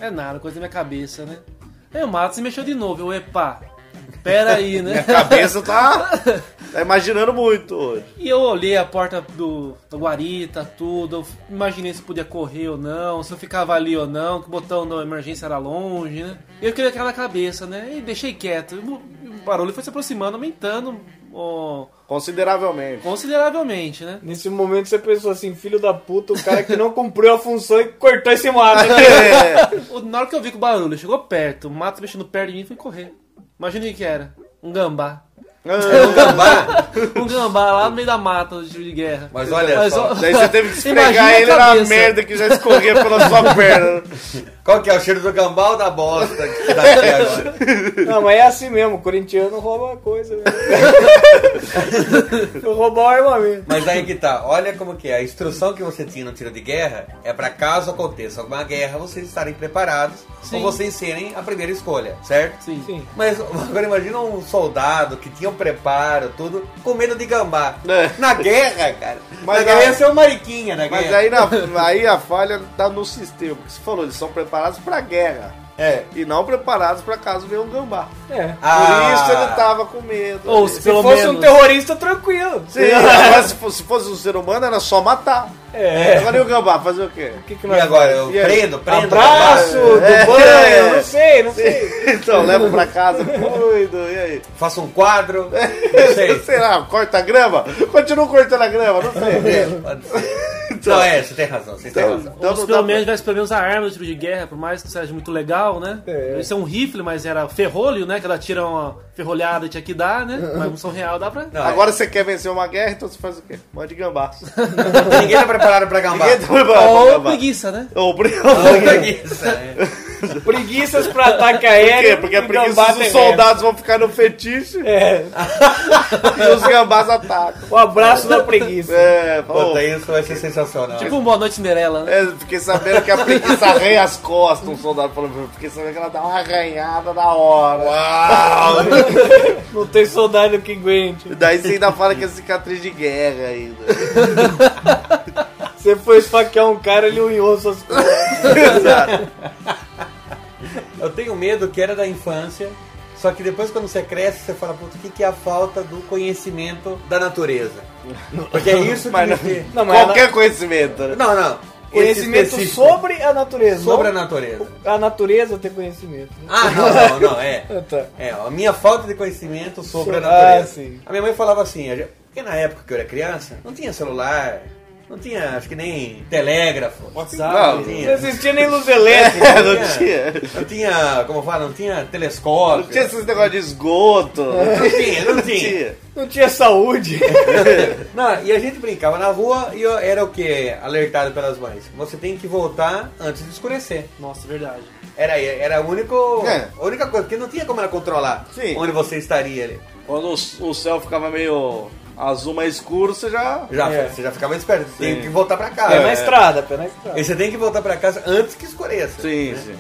ah, é nada, coisa da minha cabeça, né? Aí o mato se mexeu de novo, eu, epa, pera aí, né?
A cabeça tá, tá imaginando muito hoje.
E eu olhei a porta do, do guarita, tudo, eu imaginei se podia correr ou não, se eu ficava ali ou não, que o botão da emergência era longe, né? E eu queria aquela cabeça, né? E deixei quieto. E o e o barulho foi se aproximando, aumentando ó,
Consideravelmente.
consideravelmente, né?
Nesse momento você pensou assim, filho da puta, o cara que não cumpriu a função e cortou esse
<laughs>
mato.
<laughs> É,
O- Na hora que eu vi que o barulho chegou perto, o mato mexendo perto de mim, fui correr. Imagina o que era. Um gambá. <laughs> um gambá lá no meio da mata de guerra.
Mas olha só,
ó-
daí você teve que esfregar
Imagina a
ele na
cabeça.
merda que já escorria pela
<laughs>
sua perna.
qual que é o cheiro do gambá ou da bosta que
<laughs>
tá aqui agora?
Não, mas é assim mesmo, o corintiano rouba coisa mesmo. Eu <laughs> roubar o armamento.
Mas aí que tá, olha como que é. A instrução que você tinha no tiro de guerra é pra caso aconteça alguma guerra, vocês estarem preparados
Sim.
ou vocês serem a primeira escolha, certo?
Sim.
Sim.
Mas agora imagina um soldado que tinha um preparo, tudo, com medo de gambá.
É.
Na guerra, cara.
Mas
na guerra
aí-
ia ser o mariquinha na
Mas
é.
guerra.
aí, na- aí a falha tá no sistema. Porque você falou, eles são preparados pra guerra.
É.
E não preparados pra caso venha um gambá.
É.
Por isso
Ah,
ele tá- tava com medo.
Ou se
Se
pelo
fosse
menos...
um terrorista, tranquilo.
<laughs>
Sim, agora se fosse, se fosse um ser humano era só matar.
É.
Agora e o gambá? Fazer o quê?
O que, que
E
nós
agora? Eu
E aí?
prendo, prendo.
Abraço
gambá?
do
É.
banho, não sei, não sei.
Então, leva pra casa, cuido, e aí?
Faço um
<laughs>
quadro. Não sei.
Sei lá, corta a grama? Continua cortando a grama, não sei.
É, pode ser.
Então.
Não, é, você tem razão, você tem razão.
Ou
não
se
dá
pelo
pra-
menos tivesse pelo menos a arma do tiro de guerra, por mais que seja muito legal, né?
É.
Isso é um rifle, mas era ferrolho, né? Que ela tira uma ferrolhada e tinha que dar, né? Mas função real dá pra.
Não, é.
Agora você quer vencer uma guerra, então você faz o quê? Mande gambá.
Ninguém tá preparado pra gambá.
<laughs> Ninguém tá preparado pra
Ou
gambá.
preguiça, né?
Ou <laughs> preguiça.
Preguiça, é.
Preguiças pra ataque
Por quê?
aéreo.
Porque
e
a preguiça
gambá
dos
terrestre.
soldados vão ficar no fetiche
É,
e os gambás atacam.
o abraço da preguiça.
É, falou.
Puta, isso vai ser sensacional.
Tipo um boa noite Cinderela, né?
É, fiquei sabendo que a preguiça arranha as costas, um soldado falou. pra mim. Fiquei sabendo que ela dá uma arranhada na hora.
Não tem soldado que aguente.
Daí você ainda fala que é cicatriz de guerra ainda.
Você foi esfaquear um cara, ele unhou suas coisas.
Eu tenho medo que era da infância, só que depois quando você cresce, você fala, puta, o que, que é a falta do conhecimento da natureza? Porque é isso que
Mas
me
não-
fe-
Não, mas
Qualquer conhecimento, né?
Não, não. Esse
Conhecimento
específico.
sobre a natureza.
sobre a
não
natureza.
a natureza ter conhecimento.
Ah, não, não, não, é.
Ah, tá.
É, a minha falta de conhecimento sobre a
Ah,
natureza.
sim.
A minha mãe falava assim, a gente- porque na época que eu era criança, não tinha celular, não tinha, acho que nem telégrafo.
Não,
Não
Não
tinha.
existia nem luz elétrica.
É, não tinha.
Não tinha, como fala, não tinha telescópio.
Não É. tinha esses negócios de esgoto.
Não tinha, não tinha.
Tinha.
Não tinha saúde.
É.
<laughs> Não, e a gente brincava na rua e eu era o que? Alertado pelas mães. Você tem que voltar antes de escurecer.
Nossa, verdade.
Era, era o único,
É.
a única coisa, porque não tinha como ela controlar
Sim.
onde você estaria ali.
Quando o, o céu ficava meio azul, mais escuro, você já.
Já,
É.
Você já ficava esperto. Tem que voltar pra
É.
casa. É
Pé na estrada, pé na estrada.
E você tem que voltar pra casa antes que escureça.
É.
Sim, sim.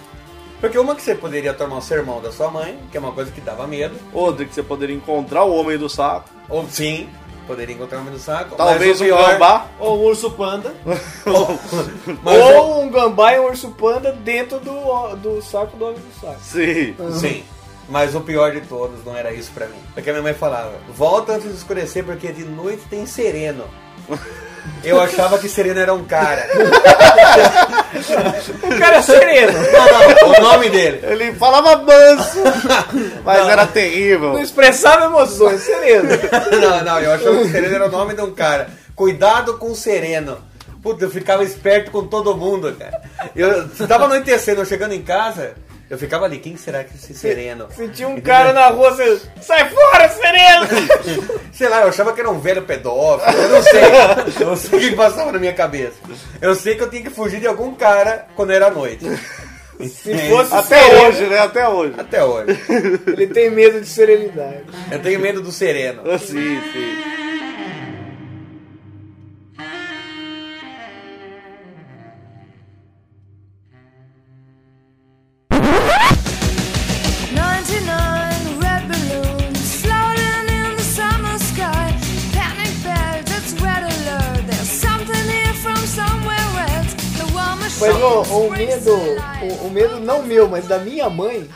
Porque uma que você poderia tomar um sermão da sua mãe, que é uma coisa que dava medo.
Outra que você poderia encontrar o homem do saco.
Ou sim, poderia encontrar um no saco.
Talvez
mas o
um
pior,
gambá.
Ou o urso panda.
Mas é- o-
Ou um gambá e um urso panda dentro do, do saco do homem do saco.
Sim.
é- Sim. Mas o pior de todos não era isso pra mim. Porque a minha mãe falava, volta antes de escurecer porque de noite tem sereno. Eu achava que sereno era um
<laughs>
cara.
O cara é sereno.
Não, não, o nome dele. <laughs>
Ele falava <laughs> manso, mas era terrível.
<laughs> Não expressava emoções, sereno.
Não, não, eu achava que sereno era o nome de um cara. Cuidado com o sereno. Puta, eu ficava esperto com todo mundo, cara. Eu tava anoitecendo, eu chegando em casa, eu ficava ali, quem será que é esse sereno?
Se tinha um cara na rua, você. Sai fora, sereno!
Sei lá, eu achava que era um velho pedófilo, eu não sei. Eu não sei o que passava na minha cabeça. Eu sei que eu tinha que fugir de algum cara quando era noite.
Se fosse
Até hoje, né? Até hoje.
Até hoje.
Ele tem medo de serenidade.
Eu tenho medo do sereno.
Sim, sim.
Mas o, o medo, o, o medo não meu, mas da minha mãe,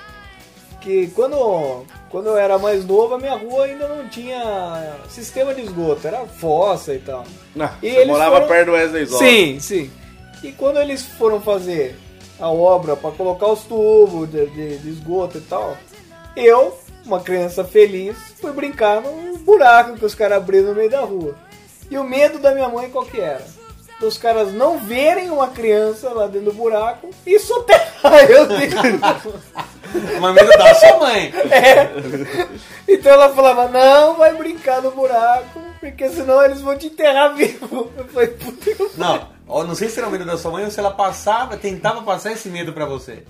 que quando, quando eu era mais novo, a minha rua ainda não tinha sistema de esgoto, era fossa e tal.
Não,
E
Ah, você
eles
morava
foram-
perto do Wesley Zó.
Sim, sim. E quando eles foram fazer a obra para colocar os tubos de, de- de esgoto e tal, eu, uma criança feliz, fui brincar num buraco que os caras abriram no meio da rua. E o medo da minha mãe qual que era? Dos caras não verem uma criança lá dentro do buraco e soterrar <laughs> eu dentro.
Mas medo da sua mãe.
É. Então ela falava, não vai brincar no buraco, porque senão eles vão te enterrar vivo. Eu falei, puta que
Não, ó, não sei se era o medo da sua mãe ou se ela passava, tentava passar esse medo pra você.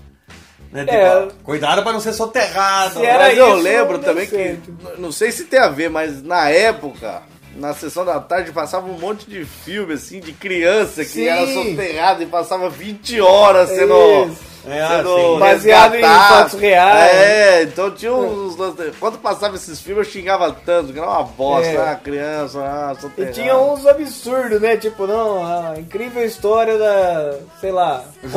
Né, tipo,
É.
ó, Cuidado pra não ser soterrado.
Se
né?
era
Mas eu
isso,
lembro
deu
também
certo.
que, n- não sei se tem a ver, mas na época, na sessão da tarde, passava um monte de filme, assim, de criança que
Sim.
era soterrado e passava 20 horas
É
sendo...
isso.
É,
sendo
assim.
Baseado em
resgatado.
fatos reais.
É, então tinha uns... lances- Quando passava esses filmes, eu xingava tanto, que era uma bosta,
É.
ah, criança, ah,
E
soterrado.
tinha um uns absurdos, né? Tipo, não, a incrível história da, sei lá,
Jussara.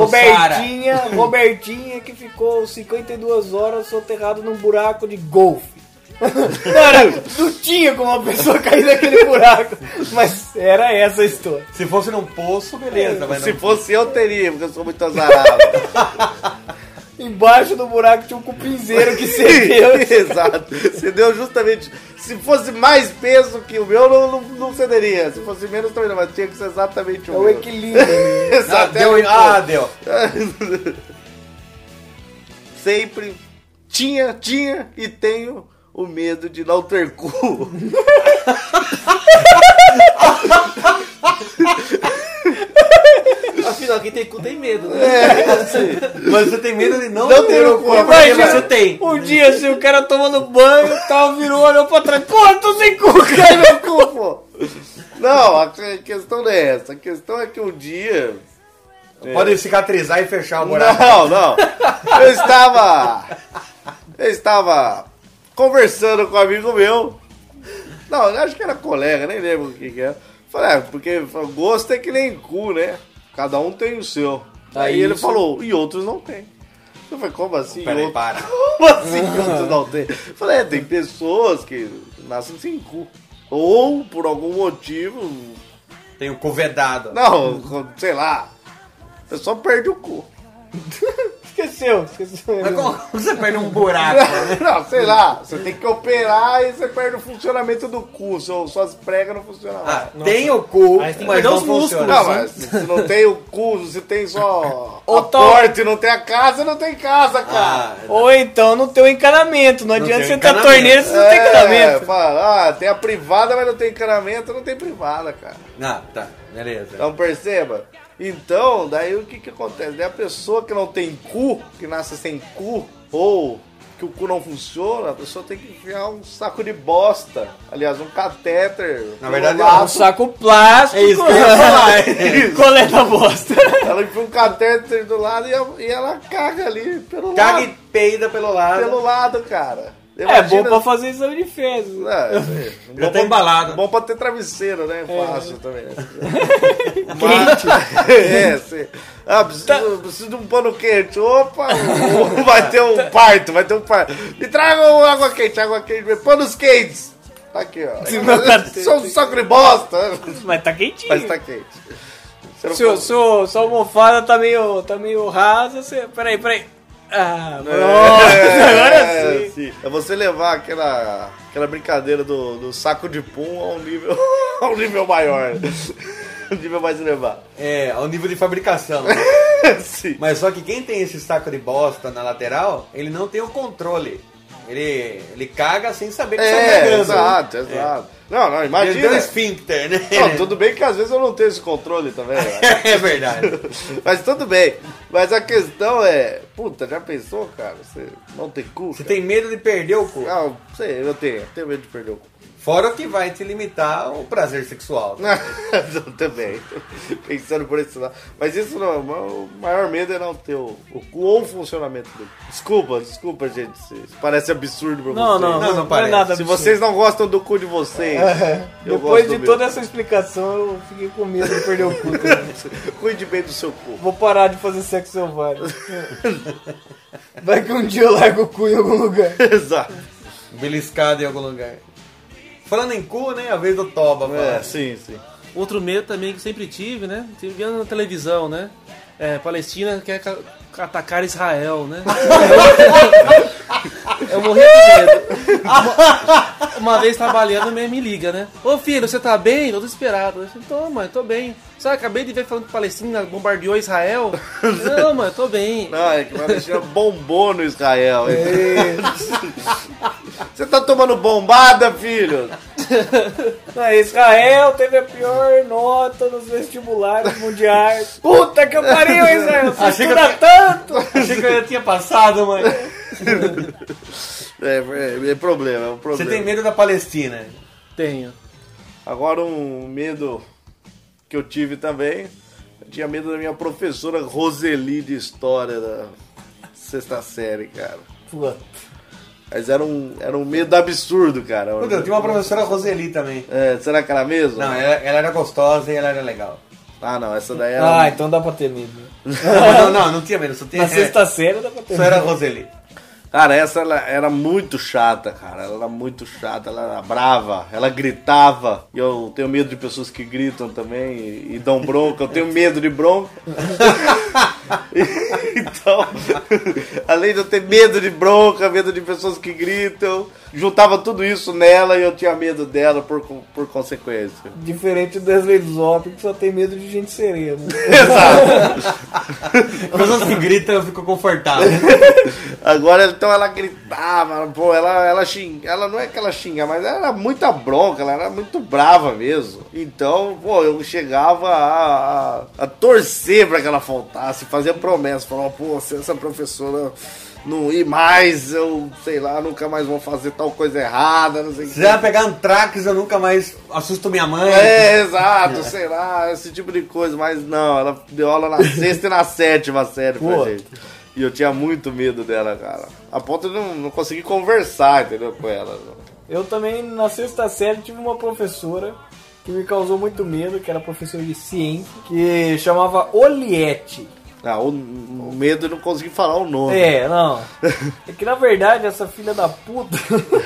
Robertinha, Robertinha que ficou 52 horas soterrado num buraco de golfe. <laughs> Cara, não tinha como uma pessoa cair naquele buraco, mas era essa a história.
Se fosse num poço, beleza, mas
Se
não.
fosse eu, teria, porque eu sou muito azarado.
Embaixo do buraco tinha um cupinzeiro que cedeu.
<laughs> Exato. Cedeu justamente. Se fosse mais peso que o meu, não, não, não cederia. Se fosse menos, também não. Mas tinha que ser exatamente
É
o
o
meu.
equilíbrio.
<laughs>
né?
Ah,
<laughs> Exato.
deu,
é o-
ah, deu.
Sempre tinha, tinha e tenho o medo de não ter cu.
Afinal, quem É, tem cu tem medo, né?
É,
<laughs>
Mas você tem medo de não,
Não
ter um
ter um
o
o
corpo,
corpo,
porque
imagina.
você tem.
Um dia, assim, o cara tomando banho e tal, virou, olhou pra trás, porra, tô sem cu, cai meu cu.
Cu, pô. Não, a que- questão não é essa. A questão é que um dia. É.
Pode cicatrizar e fechar o buraco.
Não, não. Eu estava. Eu estava conversando com um amigo meu. Não, eu acho que era colega, nem lembro o que, que era. Falei, ah, porque gosto é que nem cu, né? Cada um tem o seu. Aí,
Tá
Aí
ele
isso.
falou, e outros não tem. Eu falei, como assim?
Peraí,
outro-
para.
<laughs> como assim que outros não tem? Eu falei, é, tem pessoas que nascem sem cu. Ou, por algum motivo,
Tem o cu vedado.
não, sei lá. A pessoa perde o cu.
Esqueceu, esqueceu.
Mas como você perde um buraco?
<laughs>
né?
Não, sei lá, você tem que operar e você perde o funcionamento do cu, seu- suas pregas não funcionam
Ah,
mais.
tem o cu,
Aí tem que
mas
perder
não
os
funciona.
um Não, mas
né?
se não tem o cu, se tem só
Ou
a
tá-
porta e não tem a casa, não tem casa,
Ah,
cara.
Ou então não tem o encanamento. Não, adianta
tem
você ter a
encanamento. É,
torneira se não tem encanamento.
É, fala, ah, tem a privada, mas não tem encanamento, não tem privada, cara.
não, tá, beleza.
Então perceba. Então, daí o que que acontece? Daí a pessoa que não tem cu, que nasce sem cu, ou que o cu não funciona, a pessoa tem que enfiar um saco de bosta. Aliás, um catéter.
Na verdade,
pelo lado.
Um saco plástico.
É isso que eu ia falar.
é <laughs> Coleta a bosta.
Ela enfia um catéter do lado e, a- e ela caga ali pelo
Caga
lado.
e peida pelo lado.
Pelo lado, cara.
É bom
Imagina-
pra fazer exame de fezes.
É, isso aí.
Já
Bom
tá
pra-
embalado.
Bom pra ter travesseiro, né?
É. <laughs>
Fácil também. Mas, é, sim. Ah, preciso,
Tá.
preciso de um pano quente. Opa, <laughs> vai ter
Tá.
um parto, vai ter um parto. Me tragam água quente, água quente, panos quentes. Tá aqui, ó. Sou um saco de bosta.
Mas tá quentinho.
Mas tá quente. Você não
Se, o-
pode-
se, o- se a almofada tá meio, tá meio rasa, você. Peraí, peraí. Ah, pronto. Agora sim.
É, sim. É você levar aquela, aquela brincadeira do, do saco de pum a um nível, <laughs> a um nível maior. <laughs> um nível mais elevado. <laughs>
É, ao nível de fabricação. né?
Sim.
Mas só que quem tem esse saco de bosta na lateral, ele não tem o controle. Ele, ele caga sem saber que está
É,
né?
cagando.
exato, exato.
É.
Não, não,
né? Ele tem um
imagina.
esfíncter, né? <laughs>
Não, tudo bem que às vezes eu não tenho esse controle também. né? <laughs>
É verdade.
Mas tudo bem. Mas a questão é. Puta, já pensou, cara? Você não tem cu?
Você tem medo de perder o cu.
Não, sei, eu tenho. Tenho medo de perder o cu. <laughs>
Fora o que vai te limitar o prazer sexual. tá?
Não, também. Pensando por esse lado. Mas isso não, o maior medo é não ter o, o cu ou o funcionamento dele. Desculpa, desculpa, gente. se- se parece absurdo pra
Não,
vocês.
não, não,
não
não, é
parece.
nada
Se
absurdo.
vocês não gostam do cu de vocês,
É,
eu
Depois
gosto
de
do
toda
meu.
essa explicação, eu fiquei com medo de perder o cu. também.
<laughs> Cuide bem do seu cu.
Vou parar de fazer sexo selvagem. <laughs> Vai que um dia eu largo o cu em algum lugar.
<laughs> Exato.
Beliscado em algum lugar. Falando em cu, né? A vez do Toba,
É,
fala.
sim, sim.
Outro medo também que sempre tive, né? Tive vendo na televisão, né? É, Palestina quer ca- atacar Israel, né? <laughs> Eu morri de medo. Uma, uma vez trabalhando, minha me liga, né? Ô filho, você tá bem? Tô desesperado. Eu falei, tô, mãe, tô bem. Sabe, acabei de ver falando que Palestina bombardeou Israel. Não, mãe, tô bem.
Não, é que Palestina bombou no Israel.
É
Você tá tomando bombada, filho?
Na Israel teve a pior nota nos vestibulares mundiais. Puta que eu pariu, Israel! Você
Achei que
estuda
eu-
tanto!
Achei que eu já tinha passado, mãe.
É, é, é problema, é um
Você
problema.
tem medo da Palestina.
Tenho.
Agora um medo que eu tive também, eu tinha medo da minha professora Roseli de História da sexta série, cara. Mas era um, era um medo absurdo, cara.
Puta, eu tinha uma professora Roseli também.
É, será que era mesmo?
Não, é. ela, ela era gostosa e ela
<laughs>
era legal.
Ah, não, essa daí era...
Ah, então dá pra ter medo.
Não, não, não, não tinha medo, só
É,
<laughs>
tinha. é,
Na sexta série dá pra ter
Só
medo.
era Roseli.
Cara, essa ela era muito chata, cara. Ela era muito chata, ela era brava, ela gritava. E eu tenho medo de pessoas que gritam também e, e dão bronca. Eu tenho medo de bronca. <laughs> então, <laughs> além de eu ter medo de bronca, medo de pessoas que gritam, juntava tudo isso nela e eu tinha medo dela por, con- por consequência.
Diferente do Wesley Zop, que só tem medo de gente serena.
Pessoas que gritam, eu
<laughs>
fico confortável.
Agora, então ela gritava, pô, ela, ela xingava, ela não é que ela xingava, mas ela era muita bronca, ela era muito brava mesmo. Então, pô, eu chegava a, a, a torcer pra que ela faltasse, fazia promessa, falava, pô, se essa professora não ir mais, eu sei lá, nunca mais vou fazer tal coisa errada, não sei o
Se
que.
ela pegar Antrax, eu nunca mais assusto minha
<laughs>
mãe.
É, exato, sei lá, esse tipo de coisa, mas não, ela deu aula na sexta e na sétima série pra
Pô.
gente. E eu tinha muito medo dela, cara. A ponto de não, não conseguir conversar, entendeu, com ela.
Eu também, na sexta série, tive uma professora que me causou muito medo, que era professora de ciência, que chamava Oliette.
Ah, o, o medo de não conseguir falar o nome.
É, não. É que na verdade essa filha da puta. <laughs>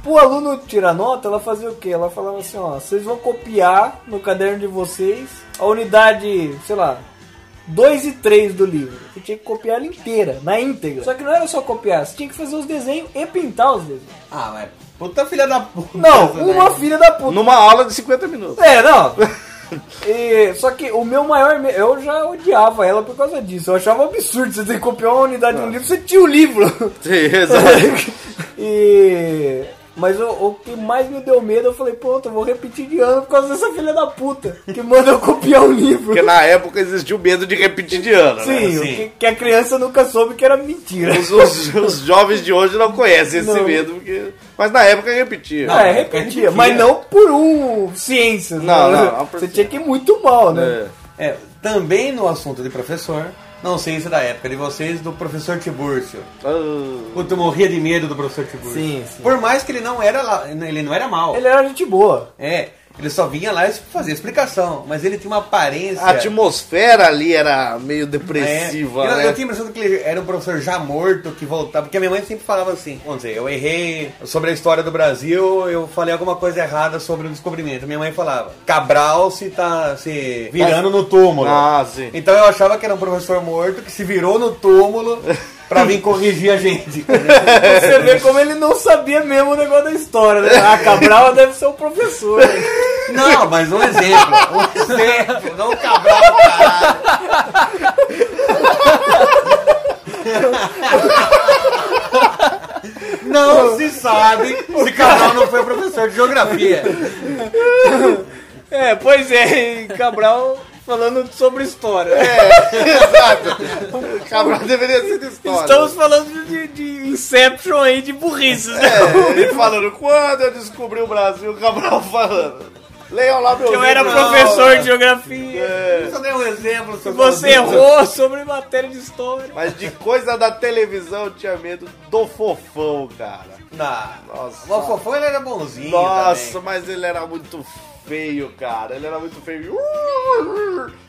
Pro aluno tirar nota, ela fazia o quê? Ela falava assim, ó, vocês vão copiar no caderno de vocês a unidade, sei lá, 2 e 3 do livro. Você tinha que copiar ela inteira, na íntegra. Só que não era só copiar, você tinha que fazer os desenhos e pintar os desenhos.
Ah, mas puta filha da puta. né?
Não,
essa
uma
daí.
filha da puta.
Numa aula de 50 minutos.
<laughs> É, não. E- só que o meu maior. me- Eu já odiava ela por causa disso. Eu achava um absurdo você ter que copiar uma unidade de
É.
um livro, você tinha o livro. <laughs>
Sim, exato.
E. Mas o, o que mais me deu medo, eu falei, pronto, eu vou repetir de ano por causa dessa filha da puta que manda eu copiar o livro.
Porque na época existiu o medo de repetir de
<laughs>
ano, né?
Sim, o
sim.
Que, que a criança nunca soube que era mentira.
Os, os- os jovens de hoje não conhecem esse
Não.
medo, porque... Mas na época repetia.
<laughs> é, repetia, mas não por um ciência. né?
Não, não, não por
Você
ciência.
tinha que ir muito mal, né?
É.
É, também no assunto de professor, Não sei isso é da época de vocês, do professor Tiburcio.
Ah,
Puta, eu morria de medo do professor
É.
Tiburcio.
Sim, sim.
Por mais que ele não era lá, ele não era mal.
Ele era gente boa.
É, ele só vinha lá e fazia explicação, mas ele tinha uma aparência.
a atmosfera ali era meio
É, eu,
depressiva,
eu
né?
tinha a impressão que ele era um professor já morto que voltava, porque a minha mãe sempre falava assim: vamos dizer, eu errei sobre a história do Brasil, eu falei alguma coisa errada sobre o descobrimento. Minha mãe falava: Cabral se tá se virando no túmulo.
Ah, sim.
Então eu achava que era um professor morto que se virou no túmulo pra vir corrigir a
<laughs>
gente. entendeu?
Você vê como ele não sabia mesmo o negócio da história, né? Ah, Cabral deve ser um professor.
Não, mas um exemplo. Um exemplo, não um Cabral do caralho. Não se sabe se Cabral não foi professor de geografia.
É, pois é, e Cabral falando sobre história.
É, <laughs> Exato. Cabral deveria ser de história.
Estamos falando de, de Inception aí, de burrices, né?
É, ele falando, quando eu descobri o Brasil, o Cabral falando. Leiam lá meu
Eu era
livro.
professor de geografia.
É,
Eu só dei um exemplo. seu
Você
maldito.
errou sobre matéria de história.
mas de coisa da televisão eu tinha medo do fofão, cara.
Não.
Nossa.
O Fofão ele era bonzinho.
Nossa,
também.
mas ele era muito feio, cara. Ele era muito feio.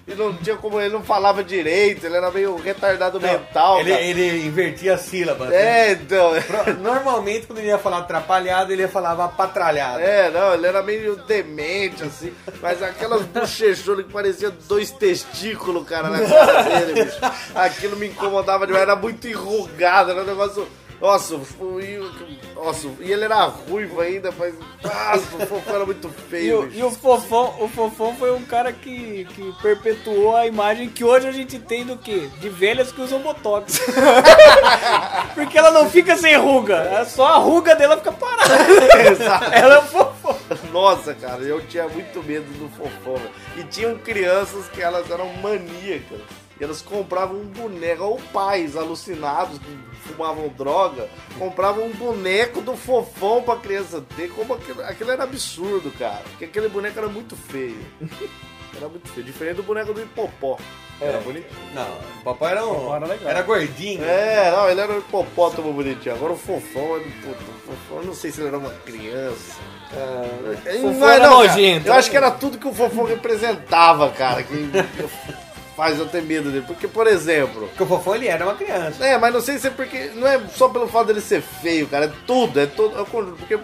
E não tinha como, ele não falava direito, ele era meio retardado mental.
Ele,
cara.
ele invertia as sílabas.
É, então.
Pro- Normalmente, quando ele ia falar atrapalhado, ele ia falar patralhado.
É, não, ele era meio demente, assim, mas aquelas bochechuras que parecia dois testículos, cara, na cara dele, bicho. Aquilo me incomodava demais, era muito enrugado, era um negócio. Nossa, fui, nossa, e ele era ruivo ainda, mas. Nossa, o fofo era muito
E,
feio,
o-
<laughs> bicho.
e o, Fofão, o Fofão foi um cara que, que perpetuou a imagem que hoje a gente tem do quê? De velhas que usam botox. <laughs> Porque ela não fica sem ruga, é só a ruga dela fica parada. Ela é um Fofão.
<laughs> Nossa, cara, eu tinha muito medo do fofão. velho. E tinham crianças que elas eram maníacas. E elas compravam um boneco, ou pais alucinados que fumavam droga, compravam um boneco do fofão pra criança ter. Como aquilo, aquilo era absurdo, cara. Porque aquele boneco era muito feio. <laughs> Era muito feio. Diferente do boneco do hipopó. Era bonitinho.
Não, o papai era um.
era legal.
Era gordinho.
É, não, ele era um hipopótamo bonitinho. Agora o fofão, ele, puta, o fofão, eu não sei se ele era uma criança. Ele
Fofão
é,
era
cara.
nojento. né?
Eu acho que era tudo que o Fofão representava, cara, que <laughs> faz eu ter medo dele. Porque, por exemplo.
Porque o Fofão ele era uma criança.
É, mas não sei se é porque. Não é só pelo fato dele ser feio, cara. É tudo, é tudo. Eu, con- porque,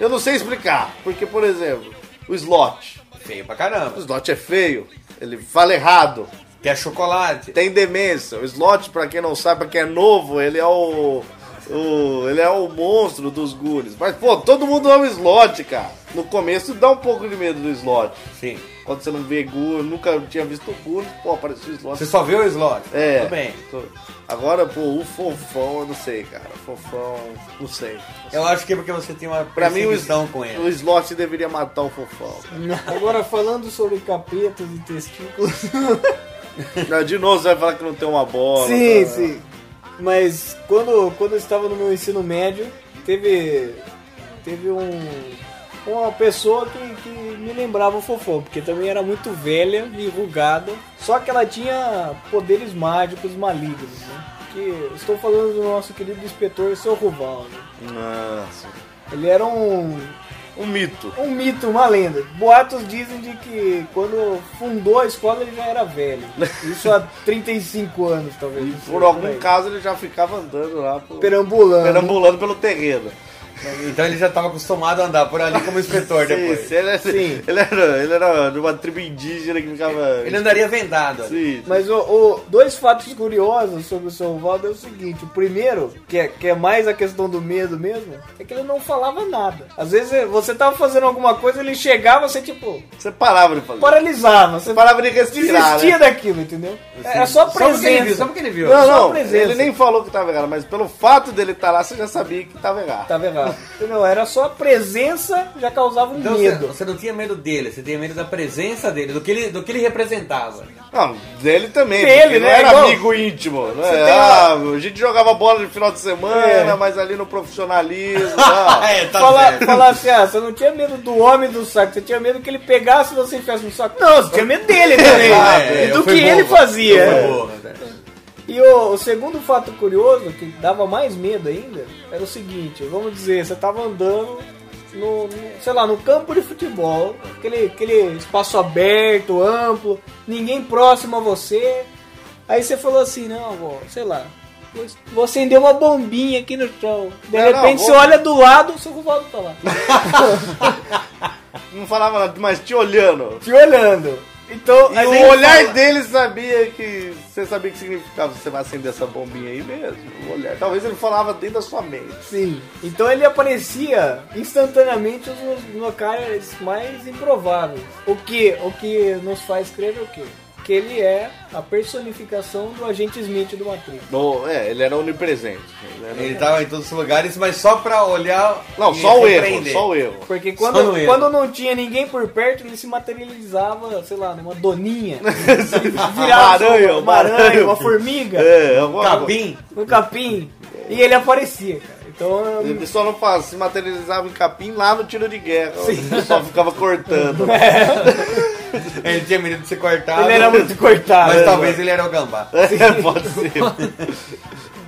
eu não sei explicar. Porque, por exemplo, o slot.
Feio pra
O
caramba.
slot é feio. Ele fala errado.
Que é chocolate.
Tem demência. O slot, pra quem não sabe, pra quem é novo, ele é o. o- ele é o monstro dos gules. Mas, pô, todo mundo ama slot, cara. No começo dá um pouco de medo do slot.
Sim.
Quando você não vê Gu, eu nunca tinha visto o Gu, pô, apareceu o Slot.
Você só vê o slot.
É.
Tudo bem.
Agora, pô, o Fofão, eu não sei, cara. Fofão, não sei.
Eu acho que é porque você tem uma
Pra mim, o,
perseguição com
o
ele.
Slot deveria matar o Fofão.
Agora falando sobre capetas e testículos.
Não, de novo, você vai falar que não tem uma bola.
Sim,
tá?
sim. Mas quando, quando eu estava no meu ensino médio, teve. Teve um. Uma pessoa que, que me lembrava o fofão, porque também era muito velha e rugada. Só que ela tinha poderes mágicos malignos, né? Que estou falando do nosso querido inspetor seu Ruvaldo.
Nossa.
Ele era um,
Um mito.
um mito, uma lenda. Boatos dizem de que quando fundou a escola ele já era velho. Isso há 35 anos, talvez. não sei,
Por algum
aí.
caso, ele já ficava andando lá, pô,
Perambulando.
perambulando pelo terreno.
Então ele já tava acostumado a andar por ali como
<laughs>
inspetor depois.
Sim, ele, era-
Sim.
Ele, era, ele era de uma tribo indígena que ficava.
Ele andaria vendado.
Sim.
Mas o, o- dois fatos curiosos sobre o seu Valdo é o seguinte: o primeiro, que é, que é mais a questão do medo mesmo, é que ele não falava nada. Às vezes é, você tava fazendo alguma coisa, ele chegava, você tipo
Você parava de é fazer.
paralisava, você
Você parava de respirar.
desistia
né?
daquilo, entendeu? É, é só
Assim, Só porque ele viu,
presença.
só um porque ele viu.
Não,
Só a
não,
presença.
ele nem falou que tava errado, mas pelo fato dele estar lá, você já sabia que tava errado.
Tava errado. Tá Entendeu? Era só a presença já causava um
Então você,
medo.
você não tinha medo dele, você tinha medo da presença dele, do que ele, do que ele representava.
Não, dele também.
Dele,
porque não
né,
era
igual-
amigo íntimo. Né?
tem
Ah, a gente jogava bola no final de semana,
É.
mas ali no profissionalismo.
<laughs>
não.
é, tá
Falar
certo.
falar assim, ah, você não tinha medo do homem do saco, você tinha medo que ele pegasse um e
<laughs>
você enfiasse no saco. Não, você tinha medo dele também.
É,
e
eu
do que
fui
ele
bobo.
fazia.
Eu fui bobo, né?
E o, o segundo fato curioso, que dava mais medo ainda, era o seguinte, vamos dizer, você tava andando no, no- sei lá, no campo de futebol, aquele, aquele espaço aberto, amplo, ninguém próximo a você. Aí você falou assim, não, vó, sei lá, vou- vou acender uma bombinha aqui no chão. De
Não, não,
repente você
vou-
olha do lado, o seu Rivaldo tá lá.
Não falava nada, mas te olhando.
te olhando. Então,
E
aí
o
ele
olhar
fala-
dele sabia que. Você sabia que significava você vai acender essa bombinha aí mesmo. O olhar. Talvez ele falava dentro da sua mente.
Sim. Então ele aparecia instantaneamente nos locais mais improváveis. O que, o que nos faz crer é o quê? Que ele é a personificação do agente Smith do Matrix.
Bom, é, ele era onipresente. Ele era-
Ele tava em todos os lugares, mas só pra olhar.
Não,
e
só o erro,
repreender.
só o erro.
Porque
Só
quando,
no erro.
quando não tinha ninguém por perto, ele se materializava, sei lá, numa doninha.
<laughs>
E virava
Uma aranha,
uma,
uma
aranha,
aranha.
uma formiga,
É, alguma coisa.
Cabim.
um capim. E ele aparecia, cara. Então
Ele só não faz, se materializava em capim lá no tiro de guerra. Ele só
<laughs>
ficava cortando.
<laughs> Ele tinha medo de ser cortado.
ele era muito cortado.
Mas talvez ele era o gambá.
É, <laughs> pode ser.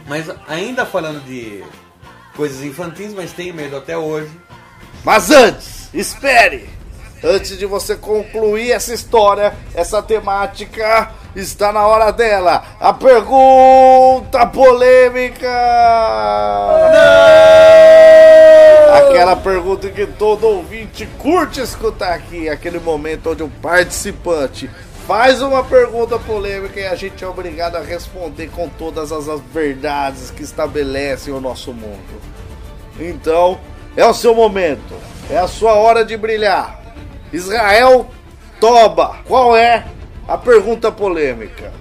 Mas ainda falando de coisas infantis, mas tenho medo até hoje.
Mas antes, espere! Antes de você concluir essa história, essa temática, está na hora dela. A pergunta polêmica! Aquela pergunta que todo ouvinte curte escutar aqui, aquele momento onde o participante faz uma pergunta polêmica e a gente é obrigado a responder com todas as as verdades que estabelecem o nosso mundo. Então, é o seu momento. É a sua hora de brilhar. Israel Toba, qual é a pergunta polêmica?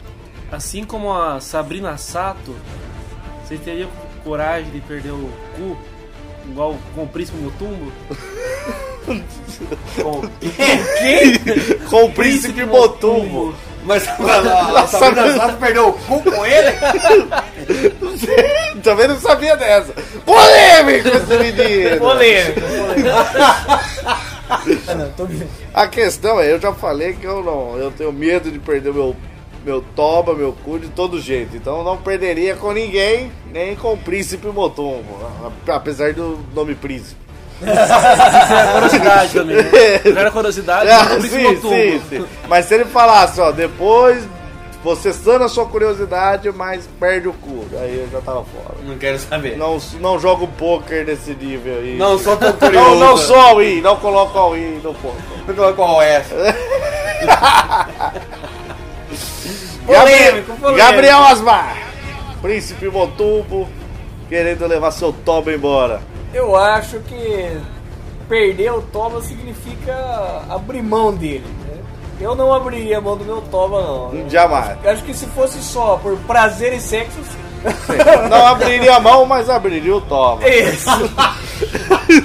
Assim como a Sabrina Sato, você teria coragem de perder o cu igual o compríssimo no
<laughs>
tumbo?
Com o príncipe Motumbo.
Mas a, a Sabrina Sato perdeu o cu com
<laughs>
ele?
Também não sabia dessa. Polêmico esse menino.
Polêmico.
A questão é, eu já falei que eu não, eu tenho medo de perder meu meu toba, meu cu de todo jeito. Então eu não perderia com ninguém, nem com o príncipe Motumbo, a- apesar do nome príncipe. <laughs>
curiosidade também. Né? Não era curiosidade,
Ah,
mas o
sim,
compríssimo no tumbo.
sim, sim. Mas se ele falasse, ó, depois você sana a sua curiosidade, mas perde o cu. Aí eu já tava fora.
Não quero saber.
Não, não jogo poker nesse nível aí.
Não, só tô curioso.
<laughs> não, não sou all-in, não coloco all-in no poker.
Não coloco qual é essa.
Polêmico,
Gabri-
polêmico.
Gabriel Asmar, príncipe Motumbo, querendo levar seu toba embora.
Eu acho que perder o toba significa abrir mão dele. né? Eu não abriria mão do meu toba,
Um
não.
Jamais.
Eu acho que se fosse só por prazer e sexo, sim.
Não abriria a mão, mas abriria o
<laughs>
toba. <laughs>
isso.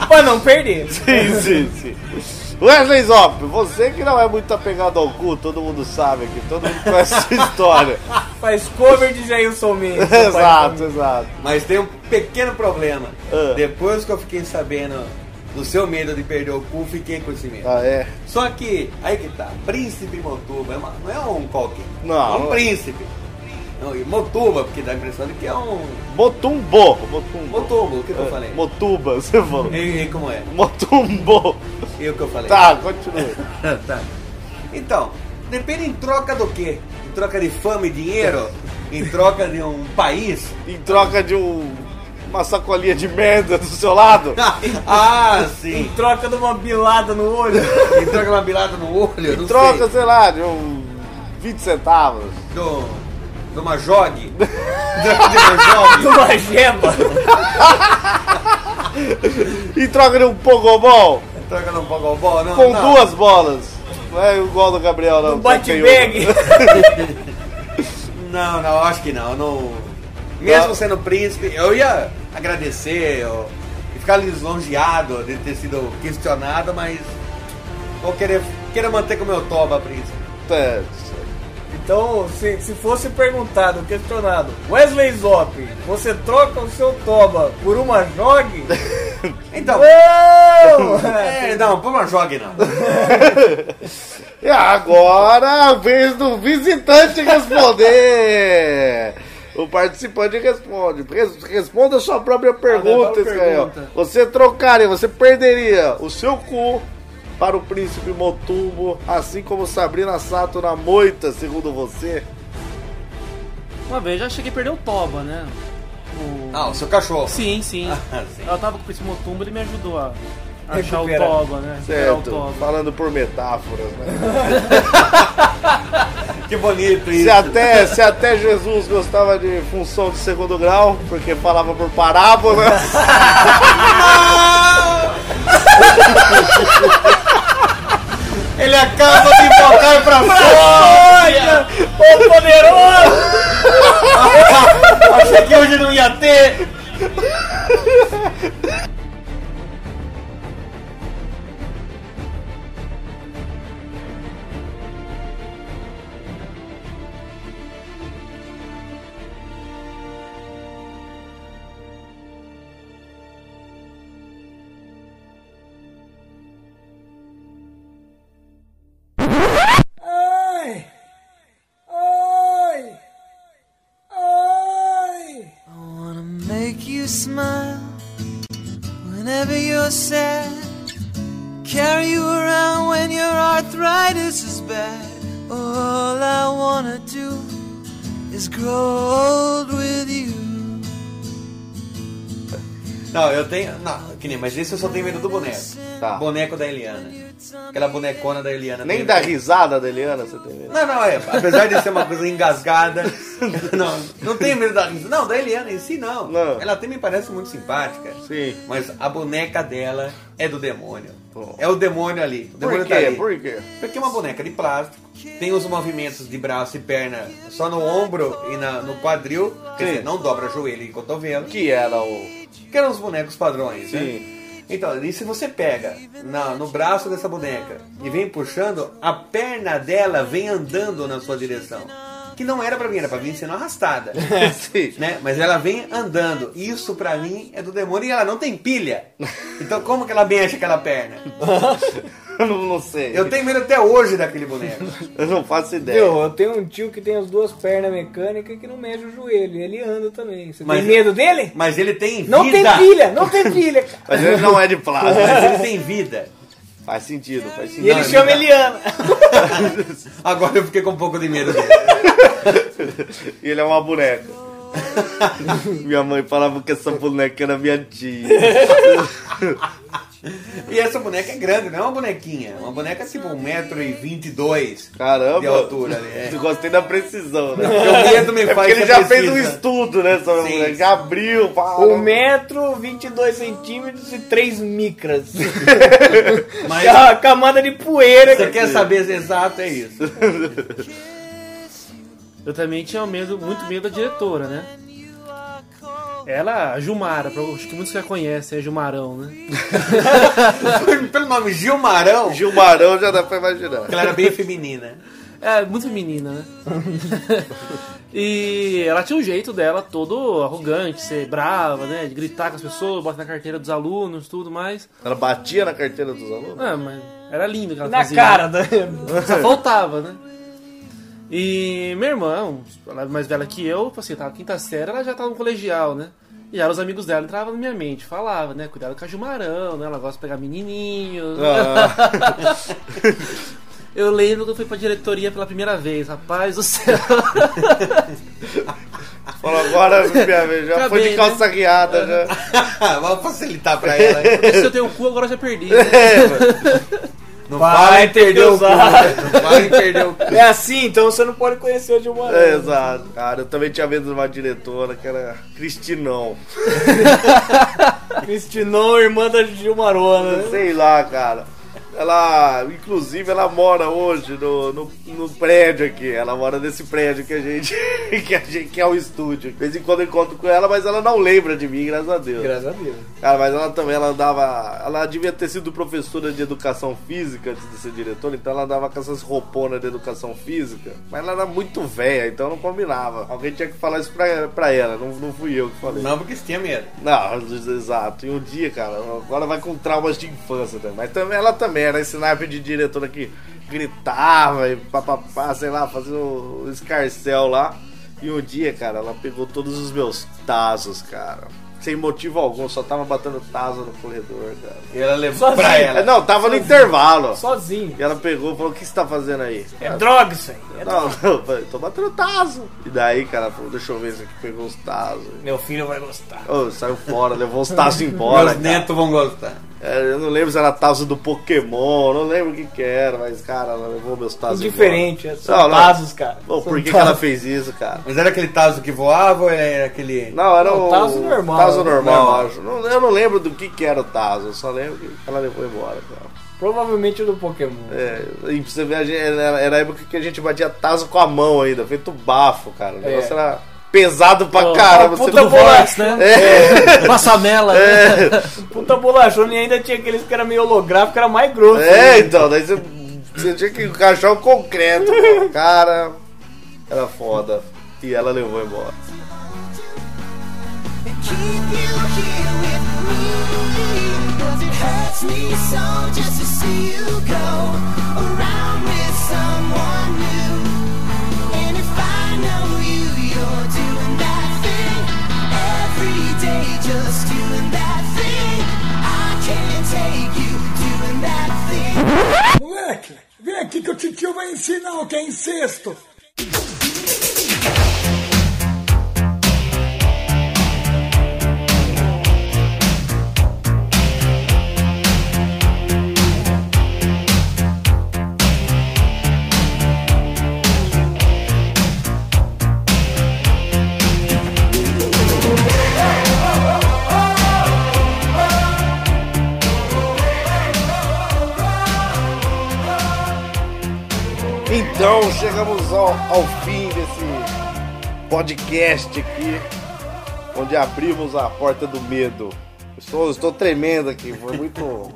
pra não perder.
Sim, sim, sim. Wesley Zop, você que não é muito apegado ao cu, todo mundo sabe aqui, todo mundo conhece a sua história.
Faz cover de Jailson Mendes.
exato, exato.
Mas tem um pequeno problema.
Ah.
Depois que eu fiquei sabendo do seu medo de perder o cu, fiquei com esse medo.
Ah, é.
Só que, aí que tá, príncipe Motuba é uma- não é um qualquer.
Não,
É um
não é.
príncipe. Não, e Motuba, porque dá a impressão de que é um.
Motumbo. Motumbo.
Motuba, o que, que eu
É,
falei?
Motuba, você falou.
E, e como é?
Motumbo.
E o que eu falei?
Tá, continua.
Tá. Então, depende em troca do quê? Em troca de fama e dinheiro? Em troca de um país? <laughs>
Em troca de um, uma sacolinha de merda do seu lado.
ah,
<laughs>
sim.
Em troca de uma bilada no olho. <laughs>
Em troca de uma bilada no olho, não
Em troca,
sei.
sei lá, de um 20 centavos.
<laughs> Do, de uma jogue. de uma jogue.
De uma gema.
Em troca de um pogobol
Em troca de um pogobol, não.
com
não.
duas bolas. Não é igual do Gabriel, não.
Um
só tem
bate-bag.
uma.
Não, não, acho que não. não... Mesmo
Não.
sendo príncipe, eu ia agradecer eu... e ficar lisonjeado de ter sido questionado, mas vou querer, querer manter com o meu toba, príncipe.
É,
Então, se, se fosse perguntado, questionado, Wesley Zop, você troca o seu toba por uma jogue?
Então, <laughs>
Não!
é, não, por uma jogue não.
E agora a vez do visitante responder! O O participante responde. Res- Responda a sua própria pergunta,
própria
Israel.
pergunta.
Você trocaria, você perderia o seu cu para o príncipe Motumbo, assim como Sabrina Sato na moita, segundo você?
Uma vez já cheguei a perder o Toba, né? O-
Ah, o seu cachorro.
Sim, sim.
sim.
Ela tava com o Príncipe Motumbo, ele me ajudou a a achar o
Recuperar.
Toba, né? Recuperar o
Certo,
Toba.
falando por metáforas,
<laughs>
né?
Que bonito
se,
isso.
até, se até Jesus gostava de função de segundo grau, porque falava
<laughs>
por parábola.
Ele acaba de voltar pra fora! Ô poderoso! Achei que hoje não ia ter!
wanna make you smile whenever you're sad. Carry you around when your arthritis is bad. All I wanna do is grow old with you.
Não, eu tenho. Não, que nem, mas esse eu só tenho medo do boneco.
Tá.
Boneco da Eliana. Aquela bonecona da Eliana.
Nem
Tem-
da risada da Eliana, você tem medo?
Não, não, é. Apesar de ser uma coisa engasgada. <laughs> não, não tenho medo da. Não, da Eliana em si não.
Não.
Ela até me parece muito simpática.
Sim.
Mas a boneca dela é do demônio.
Pô.
É o demônio ali. O demônio
Por
tá
quê?
ali.
Por quê?
Porque é uma boneca de plástico, tem os movimentos de braço e perna só no ombro e na- no quadril, quer
Sim.
dizer, não dobra joelho e cotovelo, que,
Que era o.
que eram os bonecos padrões, né?
Sim.
Então, e se você pega na- no braço dessa boneca e vem puxando, a perna dela vem andando na sua direção. Que não era pra mim, era pra vir sendo arrastada.
<laughs> Sim.
né? Mas ela vem andando. Isso pra mim é do demônio e ela não tem pilha. Então como que ela mexe aquela perna?
não, não sei.
Eu tenho medo até hoje daquele boneco.
Eu não faço
<laughs>
ideia.
Meu, eu tenho um tio que tem as duas pernas mecânicas que não mexe o joelho. e Ele anda também. Você
Mas-
tem medo dele?
Mas ele tem
Não
vida.
tem pilha, não tem <laughs> pilha. cara.
Mas ele não é de plástico.
Mas ele tem vida.
faz sentido, faz
E
sentido.
ele chama Eliana.
Agora eu fiquei com um pouco de medo dele.
E ele é uma
<laughs>
boneca. minha mãe falava que essa boneca era minha
<laughs>
tia.
E essa boneca é grande, não é uma bonequinha. É uma boneca tipo 1,22m.
Caramba.
De altura, né?
Eu Gostei da precisão, né?
Meu medo me
É
faz
porque ele
ser
já fez
precisa.
um estudo, né? Sobre a
Sim.
boneca. Já abriu, pá.
Um metro, 22 centímetros e 3 <laughs> micras.
Mas
Que é uma camada de poeira.
você quer saber se é exato, é isso. <laughs>
Eu também tinha um medo, muito medo da diretora, né? Ela, a Gilmara, pra- acho que muitos já conhecem, é Gilmarão, né?
Pelo nome Gilmarão,
Gilmarão já dá pra imaginar.
ela era bem feminina.
É, muito menina, né? e ela tinha um jeito dela, todo arrogante, ser brava, né? De gritar com as pessoas, botar na carteira dos alunos, tudo mais.
Ela batia na carteira dos alunos?
Ah, mas era lindo que ela
Na
fazia.
cara da.
Só faltava, né? E minha irmã, ela é mais velha que eu, tipo assim, tava na quinta série, ela já tava no colegial, né? E já os amigos dela entravam na minha mente, falava, né? Cuidado com a Jumarão, né? Ela gosta de pegar menininhos.
Ah,
<laughs> Eu lembro que eu fui pra diretoria pela primeira vez, rapaz do céu.
falou agora, minha vez, já foi
né?"
Acabei,
de calça riada, já.
Vamos Ah, facilitar pra ela. hein?
Se eu tenho o cu, agora eu já perdi. né?
Não vai, perder o cu. Não vai perder o cu.
É assim, então você não pode conhecer o Gilmar.
É, exato. Cara, eu também tinha medo de uma diretora que era Cristinão.
Cristinão, irmã da Gilmarona.
Sei lá, cara. Ela, inclusive, ela mora hoje no, no, no prédio aqui. Ela mora nesse prédio que a gente <laughs> que, a gente, que é o estúdio. De vez em quando eu encontro com ela, mas ela não lembra de mim, graças a Deus.
Graças a Deus.
Cara, mas ela também, ela andava. Ela devia ter sido professora de educação física antes de ser diretora, então ela andava com essas rouponas de educação física. Mas ela era muito velha, então não combinava. Alguém tinha que falar isso pra, pra ela, não, não fui eu que falei.
Não, porque você tinha medo.
Não, exato. E um dia, cara, agora vai com traumas de infância também. Mas também, ela também era esse naipe de diretora que gritava e papapá, sei lá, fazia o um escarcel lá. E um dia, cara, ela pegou todos os meus tazos, cara. Sem motivo algum, só tava batendo tazo no corredor, cara. É,
E ela levou
Sozinho.
pra ela.
Não, tava no intervalo.
Sozinho.
E ela pegou e falou: O que você tá fazendo aí?
É droga isso aí. É
Não, não, <laughs> eu falei, tô batendo tazo. E daí, cara, ela falou: Deixa eu ver se aqui pegou os tazos.
Meu filho vai gostar.
Ô, saiu fora, levou os tazos embora.
Meus
cara.
netos vão gostar.
É, eu não lembro se era tazo do Pokémon, não lembro o que que era, mas, cara, ela levou meus tazos
Indiferente, é,
embora.
são
Não, não.
tazos, cara.
Pô,
São
por que, que
tazos.
ela fez isso, cara?
Mas era aquele taso que voava ou era aquele.
Não, era
Não,
o.
tazo normal.
Tazo normal,
Não.
eu acho. Não, eu não lembro do que que era o tazo, eu só lembro que ela levou embora, cara.
Provavelmente do Pokémon.
É, e pra você ver, a gente- era era a época que a gente batia tazo com a mão ainda, feito bafo, cara. O negócio era pesado pra caramba. Você tá
Puta
não
do Vox, né? É. Passamela. né?
Puta bolachona e ainda tinha aqueles que era meio holográfico, era mais grosso.
É, então, daí você, você tinha que encaixar o concreto. pô. Cara, era foda. E ela levou embora.
Just doing that thing, I can't take you doing that thing.
Moleque, vem aqui que o titio vai ensinar o que é incesto.
Então, chegamos ao, ao fim desse podcast aqui, onde abrimos a porta do medo. Estou, estou tremendo aqui, foi
<laughs>
muito,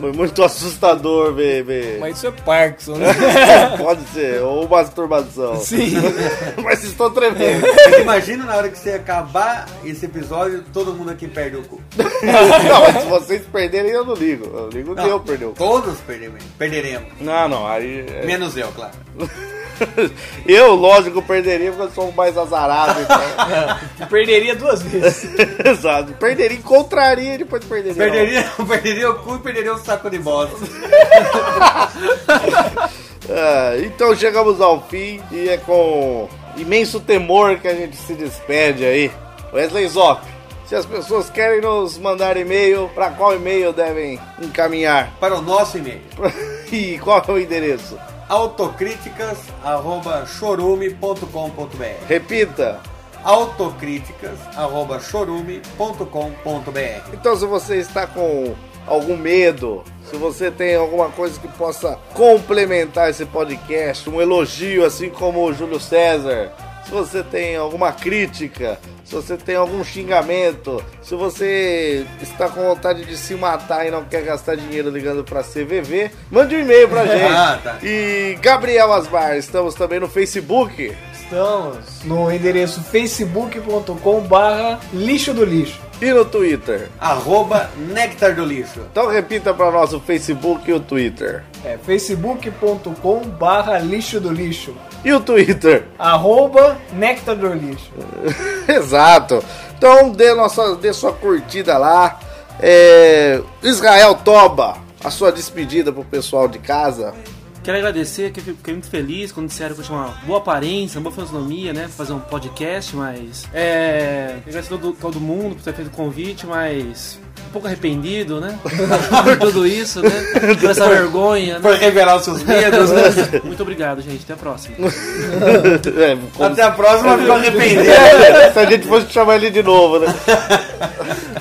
foi muito assustador ver. ver.
Mas isso é Parkinson, né?
<laughs> Pode ser, ou masturbação.
Sim.
<laughs> Mas estou tremendo.
<laughs>
Mas imagina na hora que você acabar esse episódio, todo mundo aqui perde o cu.
Não, mas se vocês perderem, eu não ligo. Eu ligo de eu perder o cu.
Todos perderemos. perderemos.
Não, não, aí. é-
Menos eu, claro.
<laughs> Eu, lógico, perderia porque eu sou o mais azarado. Então.
Perderia duas vezes.
<laughs> Exato. Perderia, encontraria e depois perderia.
Perderia, <laughs> perderia o cu e perderia o saco de bosta.
É, então chegamos ao fim e é com imenso temor que a gente se despede aí. Wesley Zop, se as pessoas querem nos mandar e-mail, para qual e-mail devem encaminhar? <laughs>
Para o nosso e-mail.
E qual é o endereço?
autocríticas.chorume.com.br
Repita.
autocríticas.chorume.com.br
Então, se você está com algum medo, se você tem alguma coisa que possa complementar esse podcast, um elogio, assim como o Júlio César, se você tem alguma crítica, se você tem algum xingamento, se você está com vontade de se matar e não quer gastar dinheiro ligando para CVV, mande um e-mail pra gente.
<laughs> Ah, tá.
E Gabriel Asmar, estamos também no Facebook.
Estamos no endereço facebook.com barra lixo do lixo.
E no Twitter.
Arroba Nectar do Lixo.
Então repita para nós o Facebook e o Twitter.
É facebook.com barra lixo do lixo.
E o Twitter?
Arroba Nectar do Lixo.
<laughs> Exato. Então dê, nossa, dê sua curtida lá. É, Israel Toba, a sua despedida pro pessoal de casa.
Quero agradecer, que eu fiquei muito feliz quando disseram que eu tinha uma boa aparência, uma boa fisionomia, né? pra Fazer um podcast, mas. É. Agradecer a todo, todo mundo por ter feito o convite, mas. Um pouco arrependido, né? <laughs> Por tudo isso, né? Por essa vergonha, né?
Por revelar os <laughs> seus medos, né?
Muito obrigado, gente. Até a próxima.
É, <laughs> como
Até a próxima, ficou arrependido.
se- se a gente fosse chamar ele de novo, né?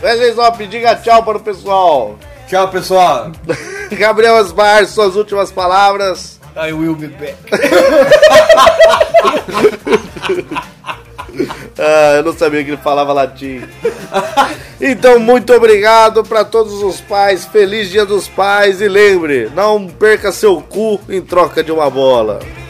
é Wesley Zop, diga tchau para o pessoal.
Tchau, pessoal.
<laughs> Gabriel Asbar, suas últimas palavras.
I will be back.
<laughs> Ah, eu não sabia que ele falava latim. <laughs> Então, muito obrigado para todos os pais. Feliz Dia dos Pais. E lembre, não perca seu cu em troca de uma bola.